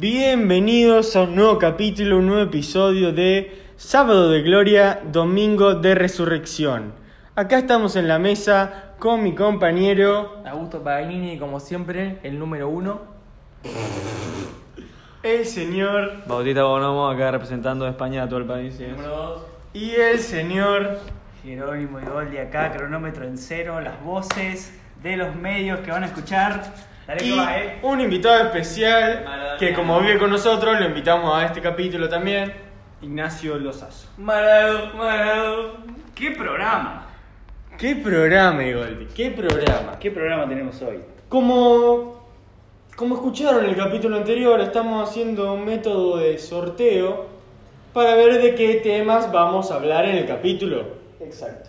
Bienvenidos a un nuevo capítulo, un nuevo episodio de Sábado de Gloria, Domingo de Resurrección. Acá estamos en la mesa con mi compañero, Augusto Paganini, como siempre, el número uno. el señor Bautista Bonomo acá representando a España a todo el país. ¿eh? ¿sí? Número dos. y el señor. Jerónimo Goldi acá, cronómetro en cero, las voces de los medios que van a escuchar. Dale que Y va, eh. un invitado especial que como vive con nosotros lo invitamos a este capítulo también, Ignacio Lozas. Marado, marado. ¿Qué programa? ¿Qué programa, Goldi? ¿Qué programa? ¿Qué programa tenemos hoy? Como, como escucharon en el capítulo anterior, estamos haciendo un método de sorteo para ver de qué temas vamos a hablar en el capítulo. Exacto.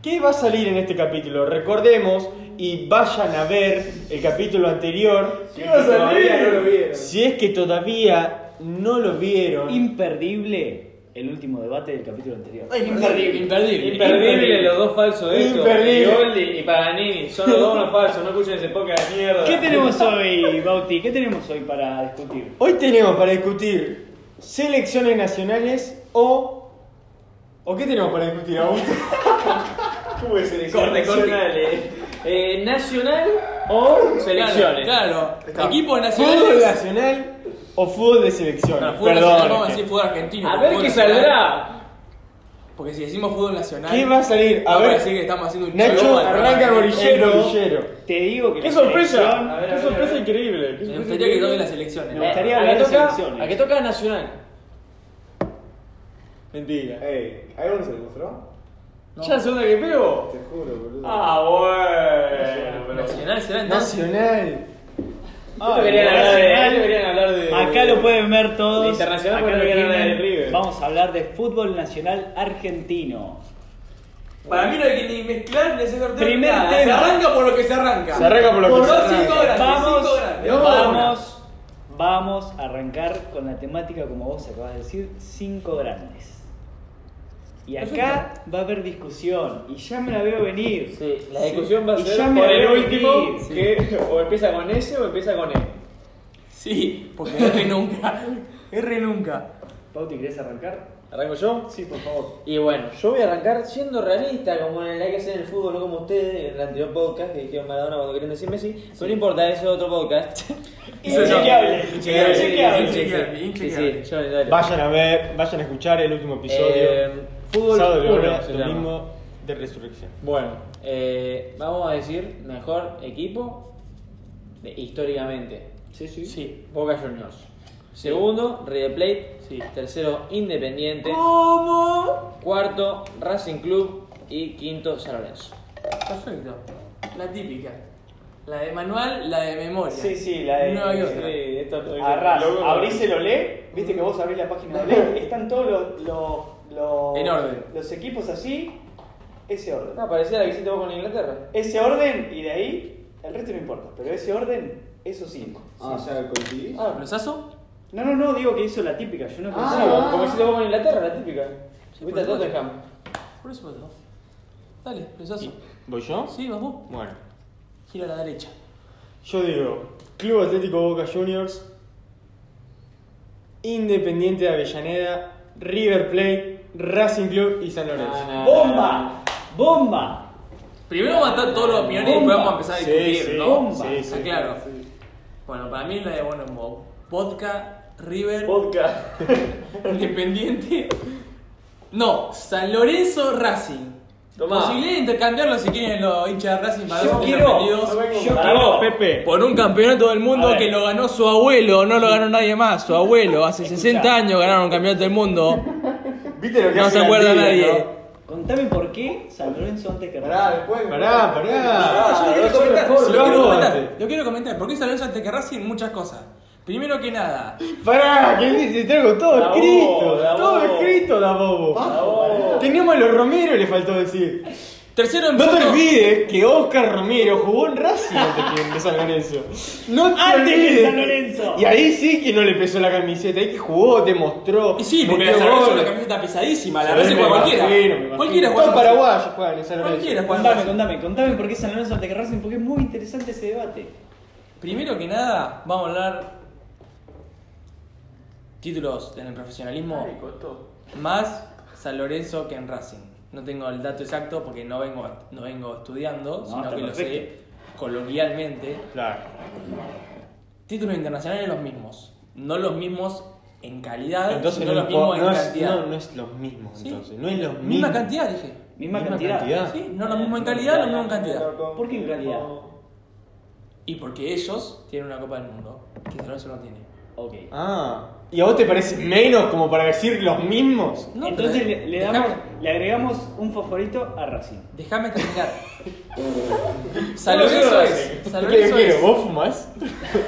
¿Qué va a salir en este capítulo? Recordemos y vayan a ver el capítulo anterior. ¿Qué va a salir? Si es que todavía no lo vieron. Imperdible el último debate del capítulo anterior. imperdible. Imperdible. Imperdible, los dos falsos de esto. Imperdible. Goldi y Paganini, son los dos unos falsos, no escuchen ese podcast de mierda. ¿Qué tenemos hoy, Bauti? ¿Qué tenemos hoy para discutir? Hoy tenemos para discutir selecciones nacionales o. ¿O qué tenemos para discutir aún? ¿Cómo es selecciones Corte, corte. nacionales? Eh, ¿Nacional o selecciones? Claro, claro. equipos ¿Fútbol nacionales. nacional o fútbol de selecciones? No, fútbol Perdón. nacional, vamos a decir fútbol argentino. A porque ver fútbol qué nacional- saldrá. Porque si decimos fútbol nacional. ¿Qué va a salir? A vamos ver. decir que estamos haciendo un Nacho chorro al arranca el programa. bolillero. Enzo. bolillero. Te digo que. ¡Qué la sorpresa! selección- ¡Qué sorpresa increíble! Me gustaría que toquen las elecciones. Me gustaría ¿A hablar qué de toca? selecciones. ¿A qué toca Nacional? Mentira. Ey, ¿hay uno que se demostró? ¿Ya la segunda que pego? Te juro, boludo. Ah, bueno. pero- Nacional será entonces. Nacional. Esto querían hablar de- esto querían hablar de. Acá lo pueden ver todos. De Internacional, Acá porque lo no gana tienen. de River. Vamos a hablar de fútbol nacional argentino. Para mí no hay que ni mezclar ni hacer sorteo. Primer nada. Se tema. arranca por lo que se arranca. Se arranca por lo que Por se dos arranca. cinco grandes, Vamos, cinco grandes. vamos, vamos a arrancar con la temática, como vos acabas de decir, cinco grandes. Y acá va a haber discusión, y ya me la veo venir. Sí, la discusión va a Y ser ya me por la el veo último venir, sí. que o empieza con S o empieza con E. Sí, porque R nunca. R nunca. Pauti, ¿querés arrancar? ¿Arranco yo? Sí, por favor. Y bueno, yo voy a arrancar siendo realista, como en el hay que hacer en el fútbol, no como ustedes, en el anterior podcast que dijeron Maradona cuando querían decir Messi, pero no importa, eso es otro podcast. Inchequeable. Inchequeable. Inchequeable. Inchequeable. Sí, sí, yo dale. Vayan a ver, vayan a escuchar el último episodio. Eh, fútbol Sábado de uno, Gloria, se llama. domingo de resurrección. Bueno, eh, vamos a decir mejor equipo de- históricamente. Sí, sí. Sí. Boca Juniors. Segundo, River Plate. Sí. Tercero, Independiente. ¿Cómo? Cuarto, Racing Club. Y quinto, San Lorenzo. Perfecto. La típica. La de manual, la de memoria. Sí, sí, la de- No hay otra. Arras, abrís el Olé, viste que vos abrís la página de Olé, están todos los, los, los- En orden. los equipos así, ese orden. No, parecía la que hiciste vos con Inglaterra. Ese orden y de ahí, el resto no importa, pero ese orden, esos cinco. Ah, ya coincidís. Ah, ¿Losazo? No, no, no, digo que hizo la típica, yo no Ah, pensaba. como hiciste vos con Inglaterra, la típica. Fuiste a por Tottenham. Por eso mató. Dale, Losazo. ¿Voy yo? Sí, vas vos. Bueno. Gira a la derecha. Yo digo, Club Atlético Boca Juniors, Independiente de Avellaneda, River Plate, Racing Club y San Lorenzo. No, no, no. ¡Bomba! ¡Bomba! Primero matar todas las opiniones y Bomba. después vamos a empezar a Sí, discutir, sí, ¿no? bomba. sí, Está sí. claro. Bueno, para mí la de Bueno Bob. Vodka, River, Vodka. Independiente. No, San Lorenzo Racing. Tomá. Posibilidad de intercambiarlo si quieren los hinchas de Racing para Yo los quiero- ofendidos. Yo Para quiero- vos, Pepe. Por un campeonato del A mundo ver. que lo ganó su abuelo, no lo ganó nadie más. Su abuelo, hace Escuchá. 60 años ganaron un campeonato del mundo. ¿Viste lo que No hace se acuerda Gandía, nadie. no? Contame por qué San Lorenzo antes que Pará, Racing. después. Pará, pará. Yo Ah, lo quiero Nosotros comentar, mejor, lo quiero vamos comentar, antes. Lo quiero comentar, porque San Lorenzo antes que Racing muchas cosas. Primero que nada, Pará, que te- te traigo todo Da escrito. bobo, da todo bobo. escrito, da bobo. Teníamos a los Romero, le faltó decir. tercero en No te punto- olvides que Oscar Romero jugó en Racing antes que de San Lorenzo. No te Antes que olvides. San Lorenzo. Y ahí sí que no le pesó la camiseta, ahí que jugó, te mostró. Y sí, porque la metió San Lorenzo es goles. una camiseta pesadísima, la Sí, Racing me juega imagino, me cualquiera. imagino. Cualquiera Todos juega. paraguayos juegan en San Lorenzo. Cualquiera juega. Contame, contame, contame por qué San Lorenzo antes que Racing, porque es muy interesante ese debate. Primero que nada, vamos a hablar títulos en el profesionalismo Ay, costó. más San Lorenzo que en Racing. No tengo el dato exacto porque no vengo, no vengo estudiando, sino está que lo sé perfecto. coloquialmente. Claro. Títulos internacionales los mismos. No los mismos en calidad, Entonces sino no, los puedo- mismos no en es- cantidad. no, no es los mismos Sí. entonces. No es los mismos. Misma cantidad, dije. Misma, Misma cantidad. cantidad. Sí, no lo mismo en calidad, lo mismo en cantidad. ¿Por qué en calidad? Y porque ellos tienen una Copa del Mundo, que San Lorenzo no tiene. Ok. Ah. ¿Y a vos te parece menos como para decir los mismos? No, Entonces pero- le, le dejame- damos, le agregamos un fosforito a Racing. Déjame terminar. San No, yo no Lorenzo lo es. sé. San ¿Qué- Lorenzo qué, es ¿Vos fumás?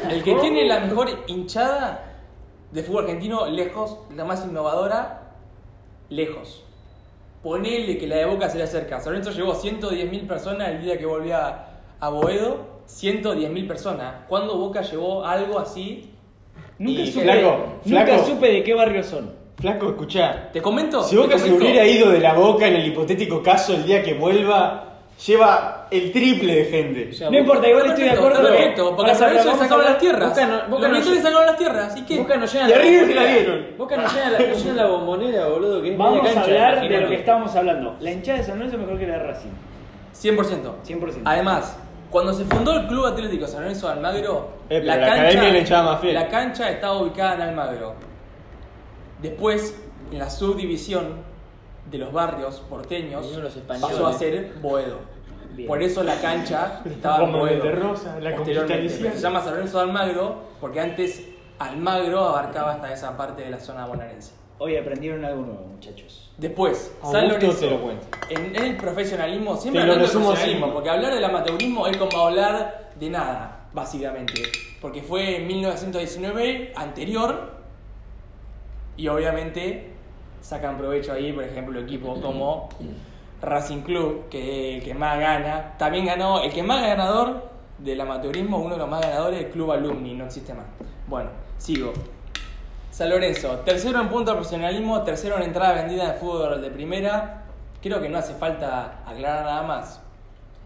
el que tiene la mejor hinchada de fútbol argentino, lejos, la más innovadora, lejos. Ponele que la de Boca se le acerca. San Lorenzo llegó 110.000 personas el día que volvía a, a Boedo. 110.000 personas. ¿Cuándo Boca llegó algo así? Nunca, Y supe, flaco, nunca flaco. supe de qué barrio son. Flaco, escuchá. ¿Te comento? Si ¿Te Boca se comento? hubiera ido de la boca en el hipotético caso el día que vuelva, lleva el triple de gente. sea, No importa, igual estoy de perfecto, acuerdo que- Perfecto, porque Pará, San pará, Lorenzo le vamos a sacaron hablar- las tierras. Boca no- Los Boca no militares llega- sacaron las tierras, ¿y qué? Boca no llega a Y arriba se la bombonera. dieron. Boca no llega a la, no llega a la bombonera, boludo, que es media Vamos cancha. a hablar de lo imagínate. que estábamos hablando. La hinchada de San Lorenzo es mejor que la de Racing. 100%. 100%. Además, cuando se fundó el Club Atlético San Lorenzo de Almagro, Eh, pero la academia le echaba más fiel. la cancha estaba ubicada en Almagro. Después, en la subdivisión de los barrios porteños, Vinieron los españoles. pasó a ser Boedo. Bien. Por eso la cancha estaba en Como el Boedo. de Rosa, la Posteriormente, Conquista pero Se llama San Lorenzo de Almagro porque antes Almagro abarcaba hasta esa parte de la zona bonaerense. Hoy aprendieron algo nuevo, muchachos. Después, San Augusto Lorenzo. te lo cuento. En el profesionalismo, siempre Te lo hablando del resumo profesionalismo, así. porque hablar del amateurismo es como hablar de nada, básicamente. Porque fue en 1919 anterior y obviamente sacan provecho ahí, por ejemplo, Mm. equipos como Racing Club, que es el que más gana. También ganó el que más ganador del amateurismo, uno de los más ganadores del Club Alumni, no existe más. Bueno, sigo. San Lorenzo, tercero en punto de profesionalismo, tercero en entrada vendida de fútbol de primera. Creo que no hace falta aclarar nada más.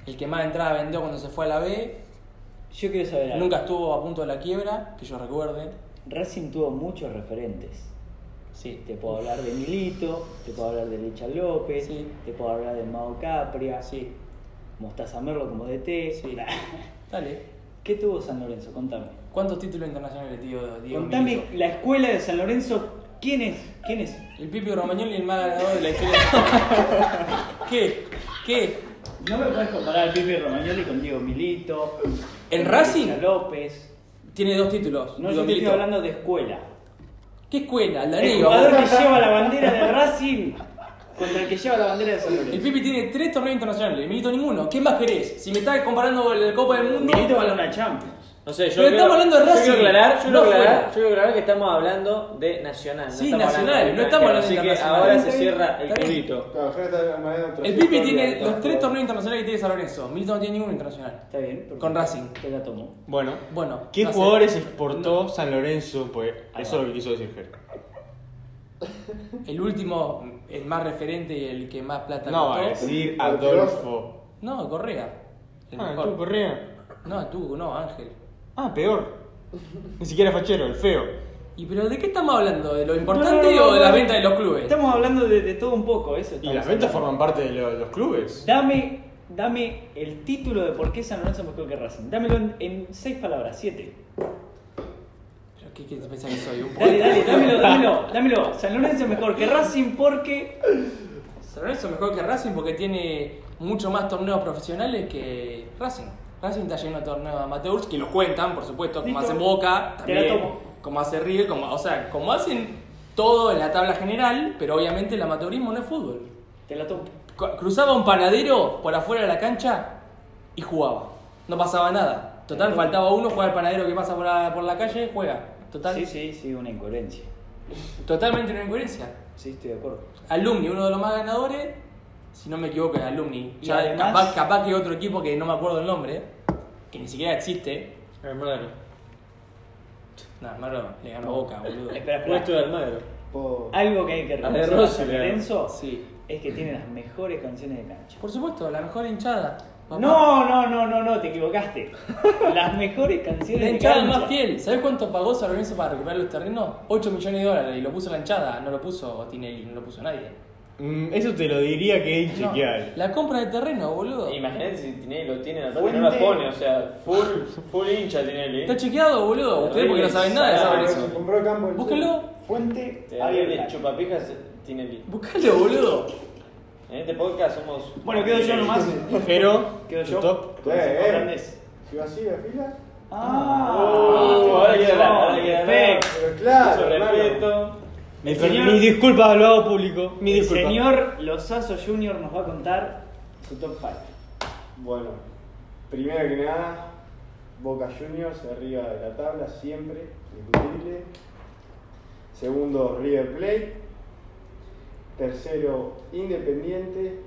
El que más entrada vendió cuando se fue a la B, Yo quiero saber algo. nunca estuvo a punto de la quiebra, que yo recuerde. Racing tuvo muchos referentes. Sí, Te puedo hablar de Milito, te puedo hablar de Licha López, Sí. te puedo hablar de Mao Capria, sí, Mostaza Merlo como DT. sí. Dale. ¿Qué tuvo San Lorenzo? Contame. ¿Cuántos títulos internacionales, tío? Diego Contame Milito? la escuela de San Lorenzo. ¿Quién es? ¿Quién es? El Pipi Romagnoli, el más ganador de la historia. ¿Qué? ¿Qué? No me puedes comparar al Pipe Romagnoli con Diego Milito. ¿El con Racing? Licha López. Tiene dos títulos. No, Diego yo te estoy Milito. hablando de escuela. ¿Qué escuela? La El Neiva, jugador boludo. que lleva la bandera de Racing contra el que lleva la bandera de San El Lorenzo. Pipi tiene tres torneos internacionales, el Milito ninguno. ¿Qué más querés? Si me estás comparando la Copa del Mundo. Milito ganó una Champions. No sé, yo Pero quiero- estamos hablando de Racing, Yo quiero aclarar, yo no quiero aclarar, fuera. yo quiero aclarar que estamos hablando de Nacional. Sí, no estamos Nacional, hablando de no estamos hablando extranjero, de Así que Nacional. ahora se Está cierra bien, el está bien. culito. El Pipi tiene los tres torneos internacionales que tiene San Lorenzo. Milito no tiene ninguno internacional. Está bien. perfecto. Con Racing. Te la tomo. Bueno, Bueno, ¿qué no sé. jugadores exportó San Lorenzo? Pues Ahí eso va. es lo que quiso decir Ger. El último, el más referente y el que más plata No, va a costó. decir Adolfo. No, Correa. El Ah, mejor. tú, Correa. No, tú, no, Ángel. Ah, peor. Ni siquiera fachero, el feo. ¿Y pero de qué estamos hablando? ¿De lo No, importante no, no, o de no, la no. venta de los clubes? Estamos hablando de, de todo un poco, Y eso. Ah, estamos las ventas hablando. forman parte de lo- los clubes. Dame, dame el título de por qué San Lorenzo es mejor que Racing. Dámelo en, en seis palabras, siete. ¿Pero qué, qué te pensás que soy? ¿Un Dale, poeta? dale, dámelo, dámelo, dámelo. San Lorenzo es mejor que Racing porque San Lorenzo es mejor que Racing porque tiene mucho más torneos profesionales que Racing. Racing está lleno de torneos amateurs que los cuentan, por supuesto, como Listo. hace Boca, Te la también, tomo. como hace River, como, o sea, como hacen todo en la tabla general, pero obviamente el amateurismo no es fútbol. te la tomo. Cu- Cruzaba un panadero por afuera de la cancha y jugaba. No pasaba nada. Total, faltaba uno, juega el panadero que pasa por la, por la calle, juega. Total, Sí, sí, sí, una incoherencia. Totalmente una incoherencia. Sí, estoy de acuerdo. Alumni, uno de los más ganadores, si no me equivoco, es Alumni. Y Ya además- capaz, capaz que otro equipo que no me acuerdo el nombre, que ni siquiera existe. Almagro. No, hermano, le ganó Boca, boludo. Espera, Puesto espera. de Almagro. Ah, Algo que hay que A de reconocer a Rossi San le ganó. Lorenzo Sí. es que tiene las mejores canciones de cancha. Por supuesto, la mejor hinchada. papá. No, no, no, no, no, te equivocaste. Las mejores canciones La de hinchada cancha. más fiel. ¿Sabes cuánto pagó San Lorenzo para recuperar los terrenos? 8 millones de dólares. Y lo puso la hinchada. No lo puso Tinelli, no lo puso nadie. Mm, eso te lo diría que es No, chequeable. La compra de terreno, boludo. Imagínate si Tinelli lo tiene, la plata y no la Fuente. pone, o sea, full, full hincha Tinelli. Está chequeado, boludo. Ustedes porque no saben nada de Ah, San Se Lorenzo. compró el campo. en Búsquenlo. Chile. Fuente. Te Ariel abre el Black. Este, chupapijas Tinelli. Buscalo, boludo. En este podcast somos. Bueno, quedo yo nomás. Pero, Quedo tu yo. top. Con Eh, los eh. grandes. Si va así la fila. Ah, Oh, ahora queda la- ahora queda la- Respect. Pero claro. Mucho hermano. respeto. Mi El per- señor- Mis disculpas, lo hago público. Mis El disculpas. señor Lozazo Jr. nos va a contar su top 5. Bueno, primero que nada, Boca Juniors arriba de la tabla, siempre, indiscutible. Segundo, River Plate. Tercero, Independiente.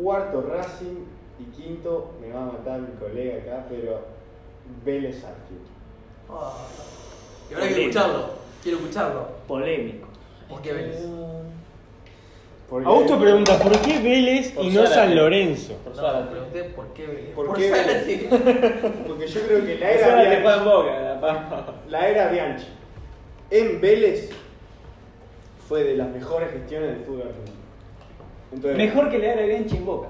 Cuarto, Racing. Y quinto, me va a matar mi colega acá, pero Vélez Arfield. Ah, Y habrá que escucharlo. Quiero escucharlo. Polémico. ¿Por qué ves? Uh, Porque- Augusto pregunta, ¿por qué Vélez Por y no Zárate. San Lorenzo? Por No, Zárate. pregunté por qué Vélez. ¿Por qué Zárate. Porque yo creo que la Por era Zárate fue en Bianchi, boca, la papa. la era Bianchi en Vélez fue de las mejores gestiones del fútbol argentino. Entonces- Mejor que le haga bien Chimboca.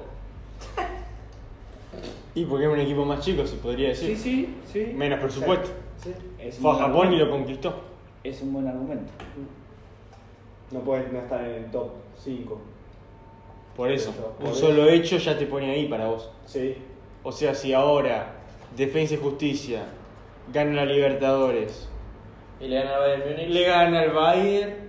Y porque es un equipo más chico, se podría Sí, decir. sí, sí. Menos presupuesto. Sí. Es un Fue a buen Japón y lo argumento. conquistó. Es un buen argumento. No puedes no estar en el top 5. Por eso. Por Un eso. solo hecho ya te pone ahí para vos. Sí. O sea, si ahora Defensa y Justicia gana la Libertadores, Y le gana a Bayern Múnich. le gana al Bayern,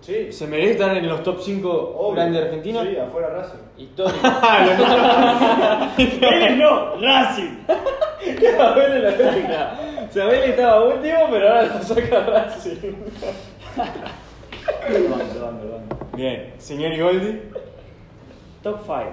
Sí. se merecen estar en los top 5 grandes de Argentina. Sí, afuera Racing. Histórico. Vélez no, Racing. Era Vélez la lógica. O sea, Vélez estaba último, pero ahora lo saca Racing. Perdón, perdón, perdón. Bien, señor Igoldi. Top 5.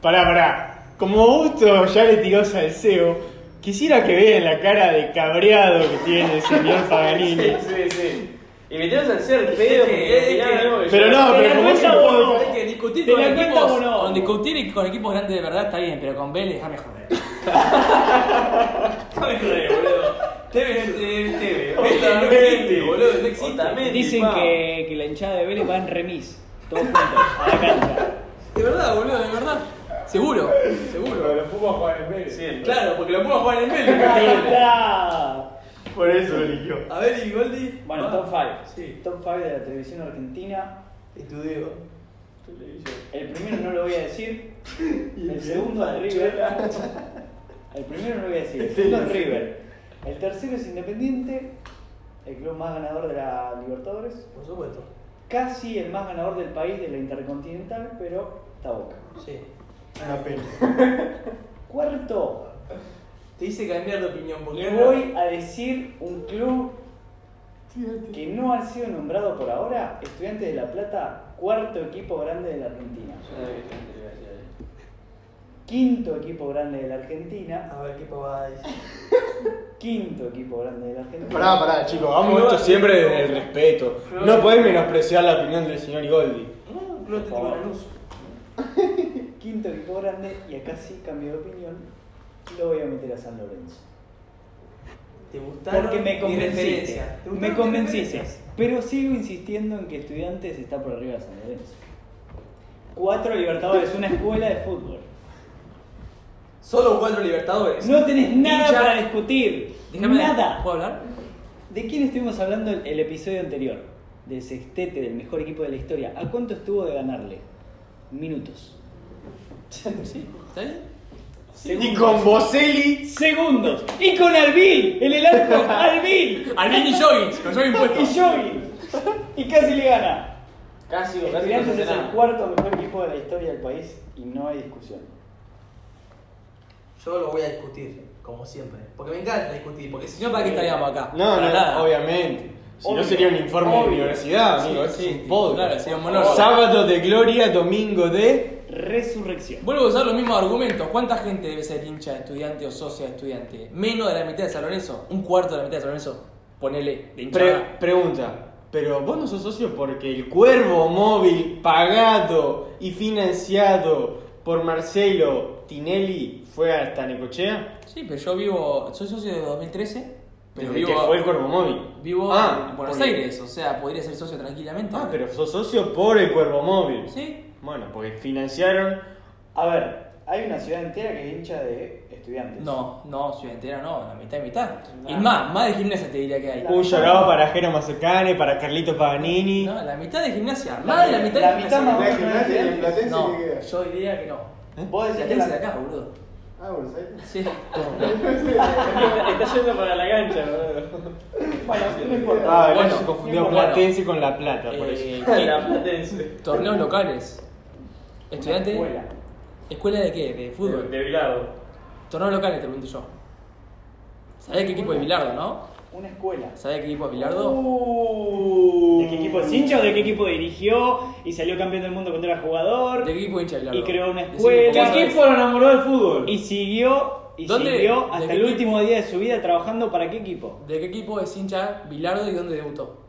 Pará, pará. Como Augusto ya le tiró salseo, quisiera que vean la cara de cabreado que tiene el señor Paganini. sí, sí. Y metieron al ser pedo porque Sí, opinaron sí. algo que Pero yo- no, pero como es cuenta un o no? podcast- Hay que discutir ¿Te con das cuenta equipos. o no? Con discutir con equipos grandes de verdad está bien, pero con Vélez, déjame joder. Déjame joder, boludo. Tevez, eh, Tevez. Vélez no existe, boludo, no existe. Otamendi. Dicen que, que la hinchada de Vélez va en remis. Todos juntos, a la cancha. De verdad, boludo, de verdad. Seguro, Pero seguro. los Pumas juegan en Vélez. Siempre. Claro, porque lo pongo a jugar en Ahí Vélez. está. Por eso eligió. A ver, y Goldi. Bueno, Ah, top 5. Sí. Top 5 de la televisión argentina. Estudio. El primero no lo voy a decir. Y El el segundo es River. El primero Este no lo voy a decir. El segundo es River. El tercero es Independiente. El club más ganador de la Libertadores. Por supuesto. Casi el más ganador del país de la Intercontinental, pero está boca. Sí. Una pena. Cuarto, Te hice cambiar de opinión porque le no- voy a decir un club que no ha sido nombrado por ahora. Estudiantes de La Plata, cuarto equipo grande de la Argentina. Quinto equipo grande de la Argentina. A ver qué pavada dice. Quinto equipo grande de la Argentina. Pará, pará, chicos, vamos esto siempre desde el respeto. No podés menospreciar la opinión del señor Igoldi. No, no te tengo la luz. Quinto equipo grande, y acá sí cambio de opinión, lo voy a meter a San Lorenzo. Te gustaron Porque me mis convenciste. referencias. ¿Te gustaron Me mis convenciste. referencias? Pero sigo insistiendo en que Estudiantes está por arriba de San Lorenzo. Cuatro Libertadores, una escuela de fútbol. Solo cuatro libertadores. No tenés nada Hincha. para discutir. Déjame nada. ¿Puedo hablar? ¿De quién estuvimos hablando el, el episodio anterior? Del sextete, del mejor equipo de la historia. ¿A cuánto estuvo de ganarle? Minutos. Sí. ¿Está bien? Y con Boselli. Segundos. Y con Albil. En el arco, Albil. Alvin y Joggins, con Joggins puesto. Y Jovi. Y casi le gana. Casi, casi. no Estudiantes hace es el nada. cuarto mejor equipo de la historia del país y no hay discusión. Yo lo voy a discutir, como siempre. Porque me encanta discutir. Porque si no, ¿para qué estaríamos acá? No, Para no, nada. obviamente. Si Obvio. no sería un informe Obvio. de universidad, amigo. Sí, es sí, un podcast. claro, sería un honor. Sábado de gloria, domingo de. Resurrección. Vuelvo a usar los mismos argumentos. ¿Cuánta gente debe ser hincha de estudiante o socia de estudiante? Menos de la mitad de San Lorenzo. Un cuarto de la mitad de San Lorenzo. Ponele de hinchada. Pre- pregunta. Pero vos no sos socio porque el cuervo móvil pagado y financiado por Marcelo Tinelli fue hasta Necochea? Sí, pero yo vivo. Soy socio desde 2013, pero Desde vivo. que fue el Cuervo Móvil. Vivo Ah, en Buenos porque- Aires, o sea, podría ser socio tranquilamente. Ah, pero sos socio por el Cuervo Móvil. Sí. Bueno, porque financiaron. A ver, Hay una ciudad entera que es hincha de estudiantes. No, no, ciudad entera no, la mitad y mitad. Nah. Y más, más de gimnasia te diría que hay. Un llorado para Jero Mazacane, para Carlito Paganini. No, la mitad de gimnasia, más de la mitad de gimnasia. más o de menos gimnasia de y en estudiantes. Platense No, que queda. yo diría que no. ¿Eh? La vos decís que tenés de la... acá, boludo. Ah, Buenos Aires. Sí. Está yendo para la cancha, boludo. Bueno, Ah, no importa. ahora Bueno, se confundió bueno. Platense con La Plata, por eso. Eh, La platense. ¿qué? Torneos locales. Estudiante. Escuela. ¿Escuela de qué? ¿De fútbol? De Bilardo. Torneos locales, te pregunto yo. ¿Sabés qué equipo es Bilardo, no? Una escuela. ¿Sabés qué equipo es Bilardo? Uh, ¿De qué equipo es hincha o de qué equipo dirigió? Y salió campeón del mundo contra el jugador. ¿De qué equipo hincha Bilardo? Y creó una Decime, ¿vos escuela. sabés? ¿Qué equipo lo enamoró del fútbol? Y siguió, y ¿Dónde? siguió ¿De hasta qué el equipo? último día de su vida trabajando para qué equipo. ¿De qué equipo es hincha Bilardo y dónde debutó?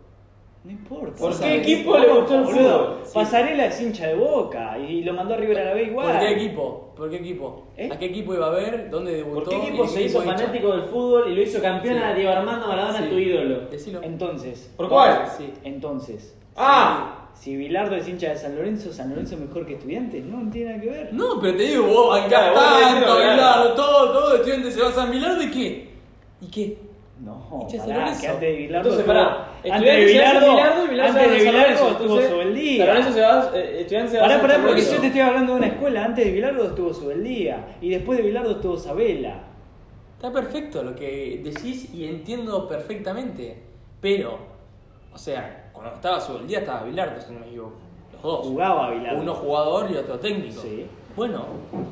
No importa. ¿Por Sí, qué sabes. equipo le gustó el Boludo, fútbol? Sí. Pasarela es hincha de boca y lo mandó a River a la B igual. ¿Por qué equipo? ¿Por qué equipo? ¿Eh? ¿A qué equipo iba a ver? ¿Dónde debutó? ¿Por qué ¿Y de equipo se hizo hincha? fanático del fútbol y lo hizo campeón Sí. a Diego Armando Maradona, Sí. tu ídolo? Decilo. Entonces, ¿Por cuál? Sí. entonces, ¡Ah! si Bilardo es hincha de San Lorenzo, ¿San Lorenzo es mejor que estudiantes? No, no tiene nada que ver. No, pero te digo, vos bancás Claro, vos decís tanto, lo de Bilardo, Bilardo. todo, todo, estudiante se va a San Bilardo y qué? ¿Y qué? No, Hincha de San pará, Lorenzo. que antes de Bilardo. Entonces, estuvo- pará, Antes de estudiantes se hacen Bilardo, Bilardo y Bilardo antes de se va a San Bilardo Lorenzo, estuvo entonces, Subeldía. San Lorenzo se va, eh, estudiantes se va Pará, a San pará, porque Lorenzo. yo te estoy hablando de una escuela. Antes de Bilardo estuvo Subeldía. Y después de Bilardo estuvo Sabela. Está perfecto lo que decís y entiendo perfectamente. Pero, o sea, cuando estaba su el día estaba Bilardo, si no me equivoco. Los dos. Jugaba Bilardo. Uno jugador y otro técnico. Sí. Bueno,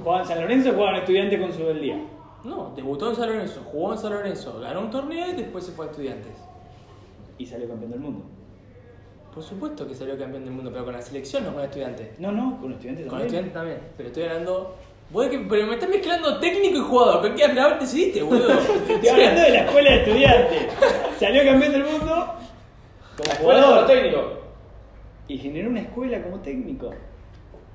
Jugaba en San Lorenzo jugaba en estudiante con Subeldía. no, debutó en San Lorenzo, jugó en San Lorenzo, ganó un torneo y después se fue a Estudiantes. Y salió campeón del mundo. Por supuesto que salió campeón del mundo, pero con la selección, no con Estudiantes. No, no, con estudiantes Con también. estudiantes también, pero estoy hablando. Vos de que, pero me estás mezclando técnico y jugador. ¿Con qué hablar decidiste, boludo? Estoy hablando de la escuela de estudiantes. Salió campeón del mundo Como jugador técnico. y generó una escuela como técnico.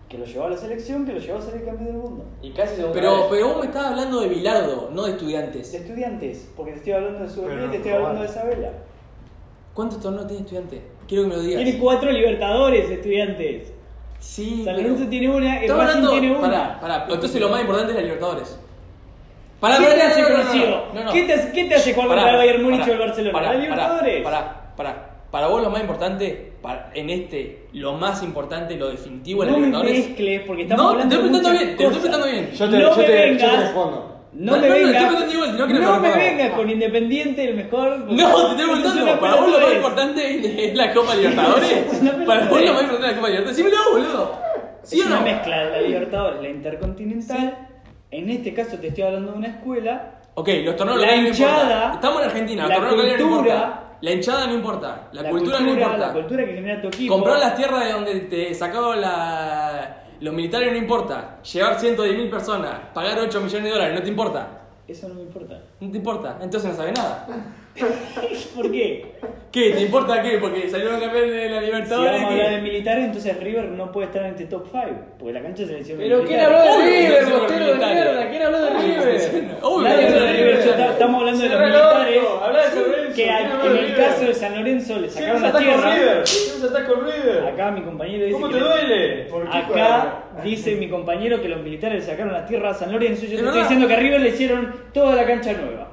Que lo llevó a la selección, que lo llevó a salir campeón del mundo. Y casi se Pero, pero vos me estabas hablando de Bilardo, no de De estudiantes. estudiantes, porque te estoy hablando de su Pero te no estoy jugaba. hablando de Isabela. ¿Cuántos torneos tiene estudiante? Quiero que me lo digas. Tiene cuatro libertadores, estudiantes. Sí, San pero- Lorenzo tiene una, el Estamos Racing hablando. tiene una. Pará, pará. Entonces lo más importante es la Libertadores. Pará, ¿Qué pará, te hace no, no, no, conocido? no, no. ¿Qué te hace- qué te hace jugar contra Pará, el Bayern Múnich pará, o el Barcelona? pará, ¿La Libertadores? Pará, pará, pará. Para vos lo más importante, para- en este, lo más importante, lo definitivo de la No me Libertadores. mezcles, porque estamos No, hablando te de estoy preguntando muchas bien, te estoy cosas. preguntando bien. Yo te- no yo me te- yo te vengas, respondo. No, No, me no, no, vengas. estoy preguntando igual, sino que no me me respondo. vengas con Independiente el mejor. No, te estoy preguntando, para vos lo más importante. importante es la Copa Libertadores. Es una Para vos lo pelotudez. más importante es la Copa Libertadores. Decímelo, boludo. ¿Sí es o no? una mezcla de la Libertadores, la Intercontinental. En este caso te estoy hablando de una escuela. Ok, los torneos La locales no hinchada, importan. Estamos en Argentina, los la torneos locales no cultura, importa. La hinchada no importa, la, cultura, La no importa. cultura que genera tu equipo. Comprar las tierras de donde te sacaban la... los militares no importa. Llevar 110.000 personas, pagar 8 millones de dólares, no te importa. Eso no me importa. No te importa, entonces no sabes nada. ¿Por qué? ¿Qué? ¿Te importa qué? Porque salieron campeones de la Si vamos Libertadores. a ¿qué? hablar de militares, entonces River no puede estar en este top 5. Porque la cancha se le hicieron Pero ¿quién militares. habló de Obvio que River? somos Bostero de militares. mierda, ¿quién habló de River? Obvio, Nadie que habla de no, River, no, ya no. está- estamos hablando de los Cierra el orto, militares. habla de San Lorenzo, Que a- ¿quién habla en de el River? caso de San Lorenzo le ¿Quién sacaron se las está con River? ¿Quién tierras. se está con River? Acá mi compañero dice ¿Cómo que te le- duele? ¿Por qué Acá dice mi compañero que los militares le sacaron las tierras a San Lorenzo. Yo te Es estoy verdad. diciendo que a River le hicieron toda la cancha nueva.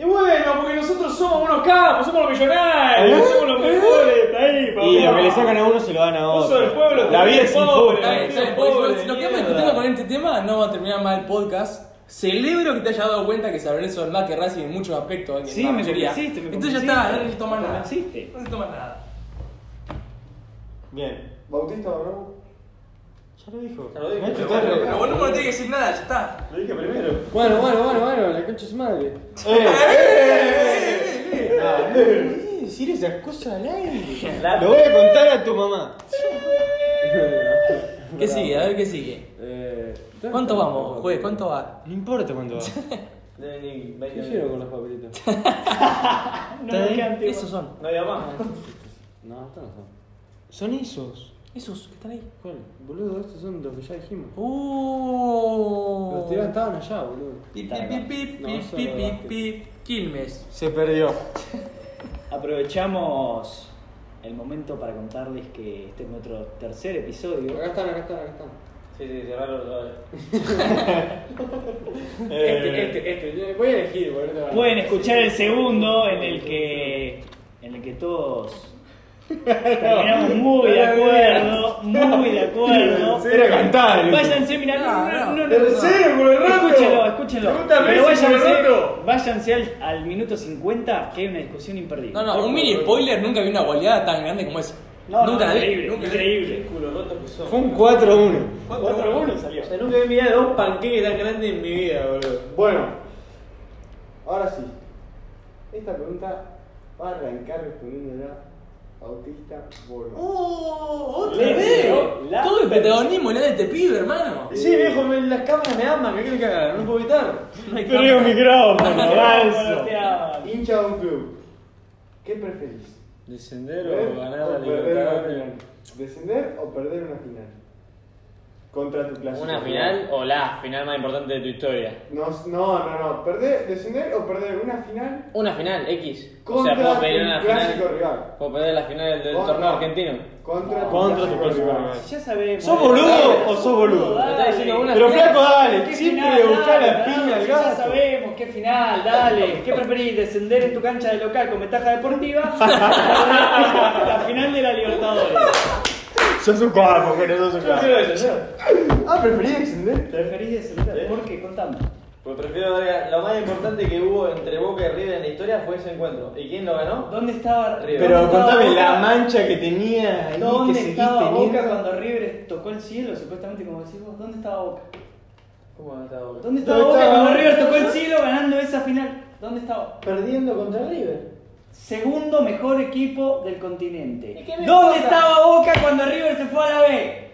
Y bueno, porque nosotros somos unos capos, somos los millonarios, somos los mejores, ahí, papá. Y lo que le sacan a uno se lo dan a Vos sos del otro. pueblo, La vida tenés es pobre. injusta. Está bien, está bien, por eso, Pobre Si nos de quedamos mierda. discutiendo con este tema, no va a terminar mal el podcast. Celebro que te haya dado cuenta que San Lorenzo es más que Racing en muchos aspectos. en Sí, la me mayoría. convenciste, me Entonces ya convenciste. está, no necesito tomar Me nada. convenciste. No necesito tomar nada. Bien. Bautista Barrón. Ya lo dijo. Ya lo dijo. Maestro, Pero está- Pero vos no me lo tenés que decir nada, ya está. Lo dije primero. Bueno, bueno, bueno, bueno, la concha es madre. Eh, No, no puedes eh, decir esas cosas al aire. Lo voy a contar a tu mamá. ¿Qué sigue? A ver qué sigue. Eh, ¿Cuánto vamos, juez? ¿Cuánto va? No importa cuándo va. Deben ir 20 ¿Qué llevo con los papelitos? No me quedan Esos son. No había más. No, Son esos. Esos que están ahí. Bueno, boludo, estos son los que ya dijimos. ¡Uh! Los tiraban estaban allá, boludo. Pip, pip, pip, No, pip, eso pip, no pip, básquet. pip. Quilmes. Se perdió. Aprovechamos el momento para contarles que este es nuestro tercer episodio. Acá están, acá están, acá están. Sí, sí, cerrarlo otra vez. Este, este, este. Voy a elegir, boludo. Pueden escuchar el segundo en el que en el que todos terminamos muy de acuerdo, muy de acuerdo. Era cantar. loco. Váyanse, mirá, no, no, no, no, no. Tercero, por el rato. Escúchenlo, escúchenlo. Pregunta Pero Messi, por el váyanse, rato. váyanse al, al minuto 50 que hay una discusión imperdible. No, no, un mini spoiler, nunca vi una goleada tan grande como esa. No, no, nunca la vi. increíble, Nunca la vi. increíble. Culo roto que Fue un 4-1. 4-1 salió. O sea, nunca he mirado dos panqueques tan grandes en mi vida, boludo. Bueno, ahora sí. Esta pregunta va a arrancar respondiéndola Bautista Borba. ¡Oh! Le ¡Otra vez! dio la Todo el pers- protagonismo le da de este pibe, hermano. Sí, viejo, me- las cámaras me aman, ¿qué quieren que haga? No puedo evitar. No hay Perdió el cámara. micrófono, Bueno, balso. te amo. Hincha de un club. ¿Qué preferís? Descender ¿Perder o ganar la o perder una libertad. final? ¿Descender o perder una final? Contra tu clase. Una final o la final más importante de tu historia. No, no, no. no. Perder, ¿Descender o perder una final Una final, X. O contra sea, puedo pedir tu una clásico final. rival? Puedo pedir la final del Contra- torneo argentino. Contra tu Contra clásico tu clásico rival. rival. Ya sabemos. ¿Sos boludo o sos boludo? Dale. Te está diciendo una- Pero flaco, dale, ¿Qué siempre final, buscar dale, la piña dale, al Ya gato. sabemos, qué final, dale. ¿Qué preferís? ¿Descender en tu cancha de local con ventaja deportiva? o la final de la Libertadores. Sos un capo, que no sos un capo. Ah, preferís ¿eh? descender. ¿Preferís descender? ¿Por qué? Contame. Pues prefiero dar lo más importante que hubo entre Boca y River en la historia fue ese encuentro. ¿Y quién lo ganó? ¿Dónde estaba River. Pero dónde estaba contame Boca? la mancha que tenía ahí que ¿Dónde seguís estaba Boca teniendo. cuando River tocó el cielo, supuestamente, como decís vos? ¿Dónde estaba Boca? ¿Cómo ganó esta Boca? ¿Dónde estaba ¿Dónde Boca estaba cuando Boca? River tocó el cielo ganando esa final? ¿Dónde estaba? Perdiendo contra River. Segundo mejor equipo del ¿Y continente. qué me ¿Dónde importa? estaba Boca cuando River se fue a la B?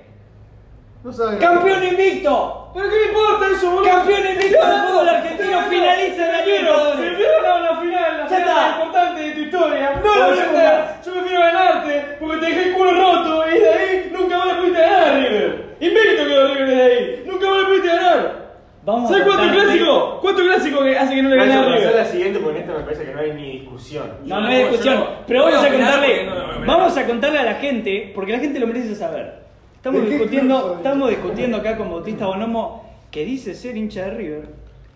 No sabes. ¡Campeón invicto! ¿Pero qué me importa eso, boludo? ¡Campeón invicto del fútbol argentino! ¡Finalista de la Libertadores! a la final, la Ya final está. más importante de tu historia. No Por lo eso Yo prefiero ganarte porque te dejé el culo roto y de ahí nunca más le pudiste ganar a River. Invicto quedó River desde ahí. Nunca más le pudiste ganar. Vamos a ¿Sabes cuánto contarte- clásico? ¿Cuánto clásico que hace que no le gané a Vamos a hacer River? la siguiente porque en esta me parece que no hay ni discusión. No, no hay discusión. Pero Voy a vamos a opinar contarle. porque no, no, no, no. Vamos a contarle a la gente, porque la gente lo merece saber. Estamos ¿De qué club discutiendo, soy? estamos discutiendo acá con Bautista Bonomo, que dice ser hincha de River.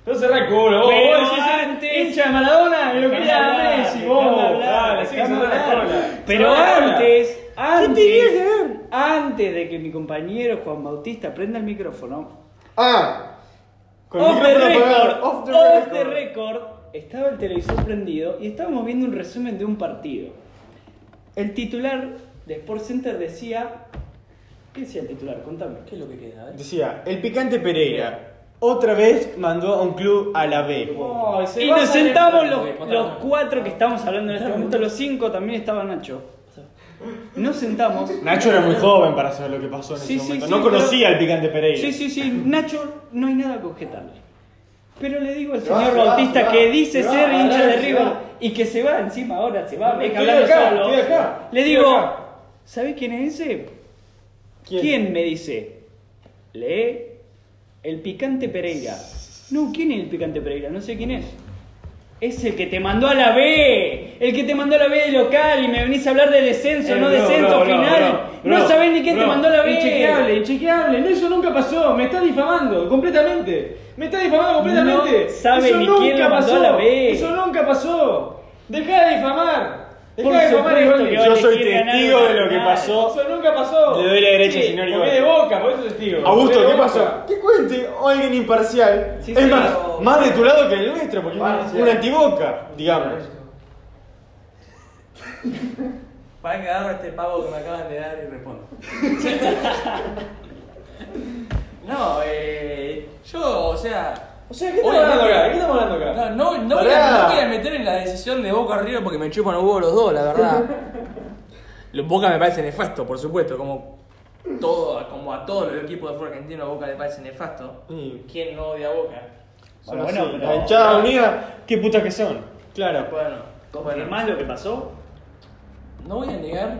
No cerrá el culo, vos. Pero vos decís, antes- hincha de Maradona y lo Dejame quería a hablar, Messi, dejame vos. hablar, Dale, sí, dejame cerrá la hablar. cola. Pero Cerrá la cola. antes, antes, tenía que ver? antes de que mi compañero Juan Bautista prenda el micrófono, Ah, con el off the, micrófono apagado, record, off the record. record, estaba el televisor prendido y estábamos viendo un resumen de un partido. El titular de Sports Center decía. ¿Qué decía el titular? Contame. ¿Qué es lo que queda? eh? Decía, el picante Pereira otra vez mandó a un club a la B. Y nos sentamos Porque los, vos los también. cuatro que estamos hablando en este momento, los cinco también estaba Nacho. Nos sentamos. Nacho era muy joven para saber lo que pasó en Sí, ese sí, momento. sí, no pero- conocía al picante Pereira. Sí, sí, sí, Nacho, no hay nada que objetarle. Pero le digo al Se va, señor se va, Bautista se va, que dice se va, ser se hincha va, de se River va. y que se va encima ahora, se va, me Estoy hablando acá, solo. estoy acá, le estoy digo, acá. ¿sabés quién es ese? ¿Quién? me dice? Lee el picante Pereira. No, ¿quién es el picante Pereira? No sé quién es. Es el que te mandó a la B, el que te mandó a la B de local y me venís a hablar de descenso, Eh, no bro, descenso, bro, bro, final. bro, no bro, sabés ni quién te bro. mandó a la B. Inchequeable, inchequeable. No, eso nunca pasó. Me está difamando completamente. Me está difamando completamente. No sabe eso ni nunca quién lo mandó pasó. a la B. Eso nunca pasó. Deja de difamar. Deja Por de difamar, supuesto Igoli. que va a Yo soy elegir ganar testigo una de lo que final. pasó. Eso nunca pasó. Le doy la derecha, Sí, señor Porque Igoli. es de boca, por eso es testigo. Augusto, Porque es ¿qué de pasó? Boca. Que cuente alguien imparcial. Sí, es sí, más, o- más de tu lado que el nuestro, porque es Parcial. un antiboca, digamos. Para que agarro este pago que me acaban de dar y respondo. no, eh, yo, o sea. O sea, ¿qué estamos obviamente- hablando acá? ¿Qué estamos hablando acá? No, no, no, voy Pará. a, no voy a meter en la decisión de Boca River porque me chupan un huevo los dos, la verdad. Los Boca me parece nefasto, por supuesto, como todo, como a todos los equipos de fútbol argentino, Boca le parece nefasto. Sí. Mm. ¿Quién no odia a Boca? Son Bueno, así, bueno, la pero- hinchada unida, qué putas que son. Claro. Bueno, bueno, ¿Confirmás lo que pasó? no voy a negar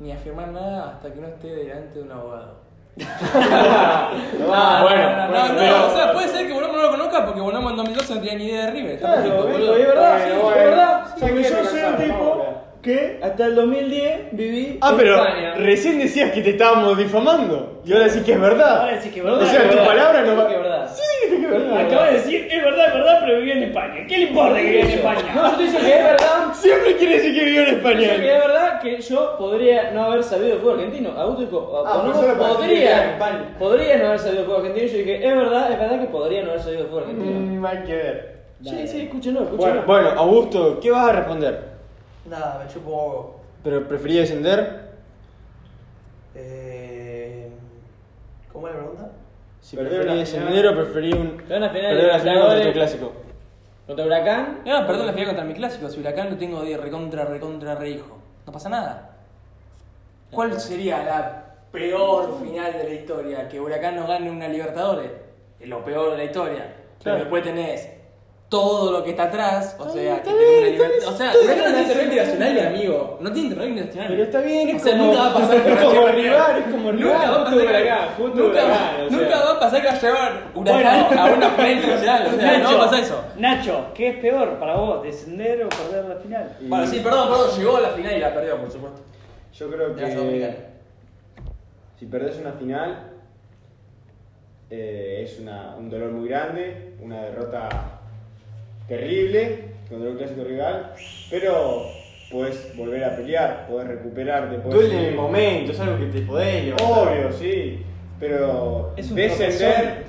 ni afirmar nada hasta que no esté delante de un abogado. Ah, bueno, no, no, no, pero- o sea, puede ser que Bonomo no lo conozca porque Bonomo en 2012 no tenía ni idea de River. Está Claro, perfecto, ven, boludo. es verdad, Bueno, sí, bueno. es verdad. Ya Porque quiere yo soy un casar, vamos tipo a ver. que hasta el 2010 viví Ah, en pero España. recién decías que te estábamos difamando. Y ahora sí que es verdad. Ahora sí que es verdad. O sea, tu Ahora palabra no Creo va. que es verdad. Sí, dijiste que es verdad. Acaba de decir, es verdad, es verdad, pero vivía en España. ¿Qué le importa que vivía en No, yo España? te digo que es verdad. Siempre quiere decir que vivió en Yo España. te digo que es verdad que yo podría no haber sabido del fútbol argentino. Augusto dijo, Ah, Bonomo pues yo me pareció que era podría, en España. podría no haber sabido del fútbol argentino. Y yo dije, es verdad, es verdad que podría no haber sabido del fútbol argentino. Mm, hay que ver. Sí, sí, escúchenlo, Bueno, escúchenlo. bueno, Augusto, ¿qué vas a responder? Nada, me chupo huevo. ¿Pero preferí descender? Eh, ¿Cómo era la pregunta? Si Perder preferí una descender o preferí un. Pero una final Perder de la final contra tu Libertadores clásico. contra Huracán. Ah, perdón, la fui contra mi clásico. Si Huracán lo tengo de recontra, recontra, re hijo. No pasa nada. ¿Cuál sería la peor final de la historia? Que Huracán nos gane una Libertadores. Es lo peor de la historia. Pero después tenés todo lo que está atrás. O sea, que tenés una libertad. O sea, Huracán no tiene terreno internacional, mi amigo. No tiene terreno internacional. Pero está bien, es O sea, como- nunca va a pasar que es como Huracán- rival, es como Nunca rival, va a justo pasar que- Huracán, justo nunca va- Huracán, o sea. Nunca va a pasar que va a llevar Huracán a una final internacional. O sea, no va a pasar eso. Nacho, ¿qué es peor para vos, descender o perder la final? Y Bueno, sí, perdón, perdón, llegó a la final y la perdió, por supuesto. Yo creo De la que Sudamericana. si perdés una final eh, es una- un dolor muy grande, una derrota terrible contra un clásico rival, pero puedes volver a pelear, puedes recuperarte, podés Duele en seguir. el momento, es algo que te podés levantar. Obvio, sí. Pero Es un descender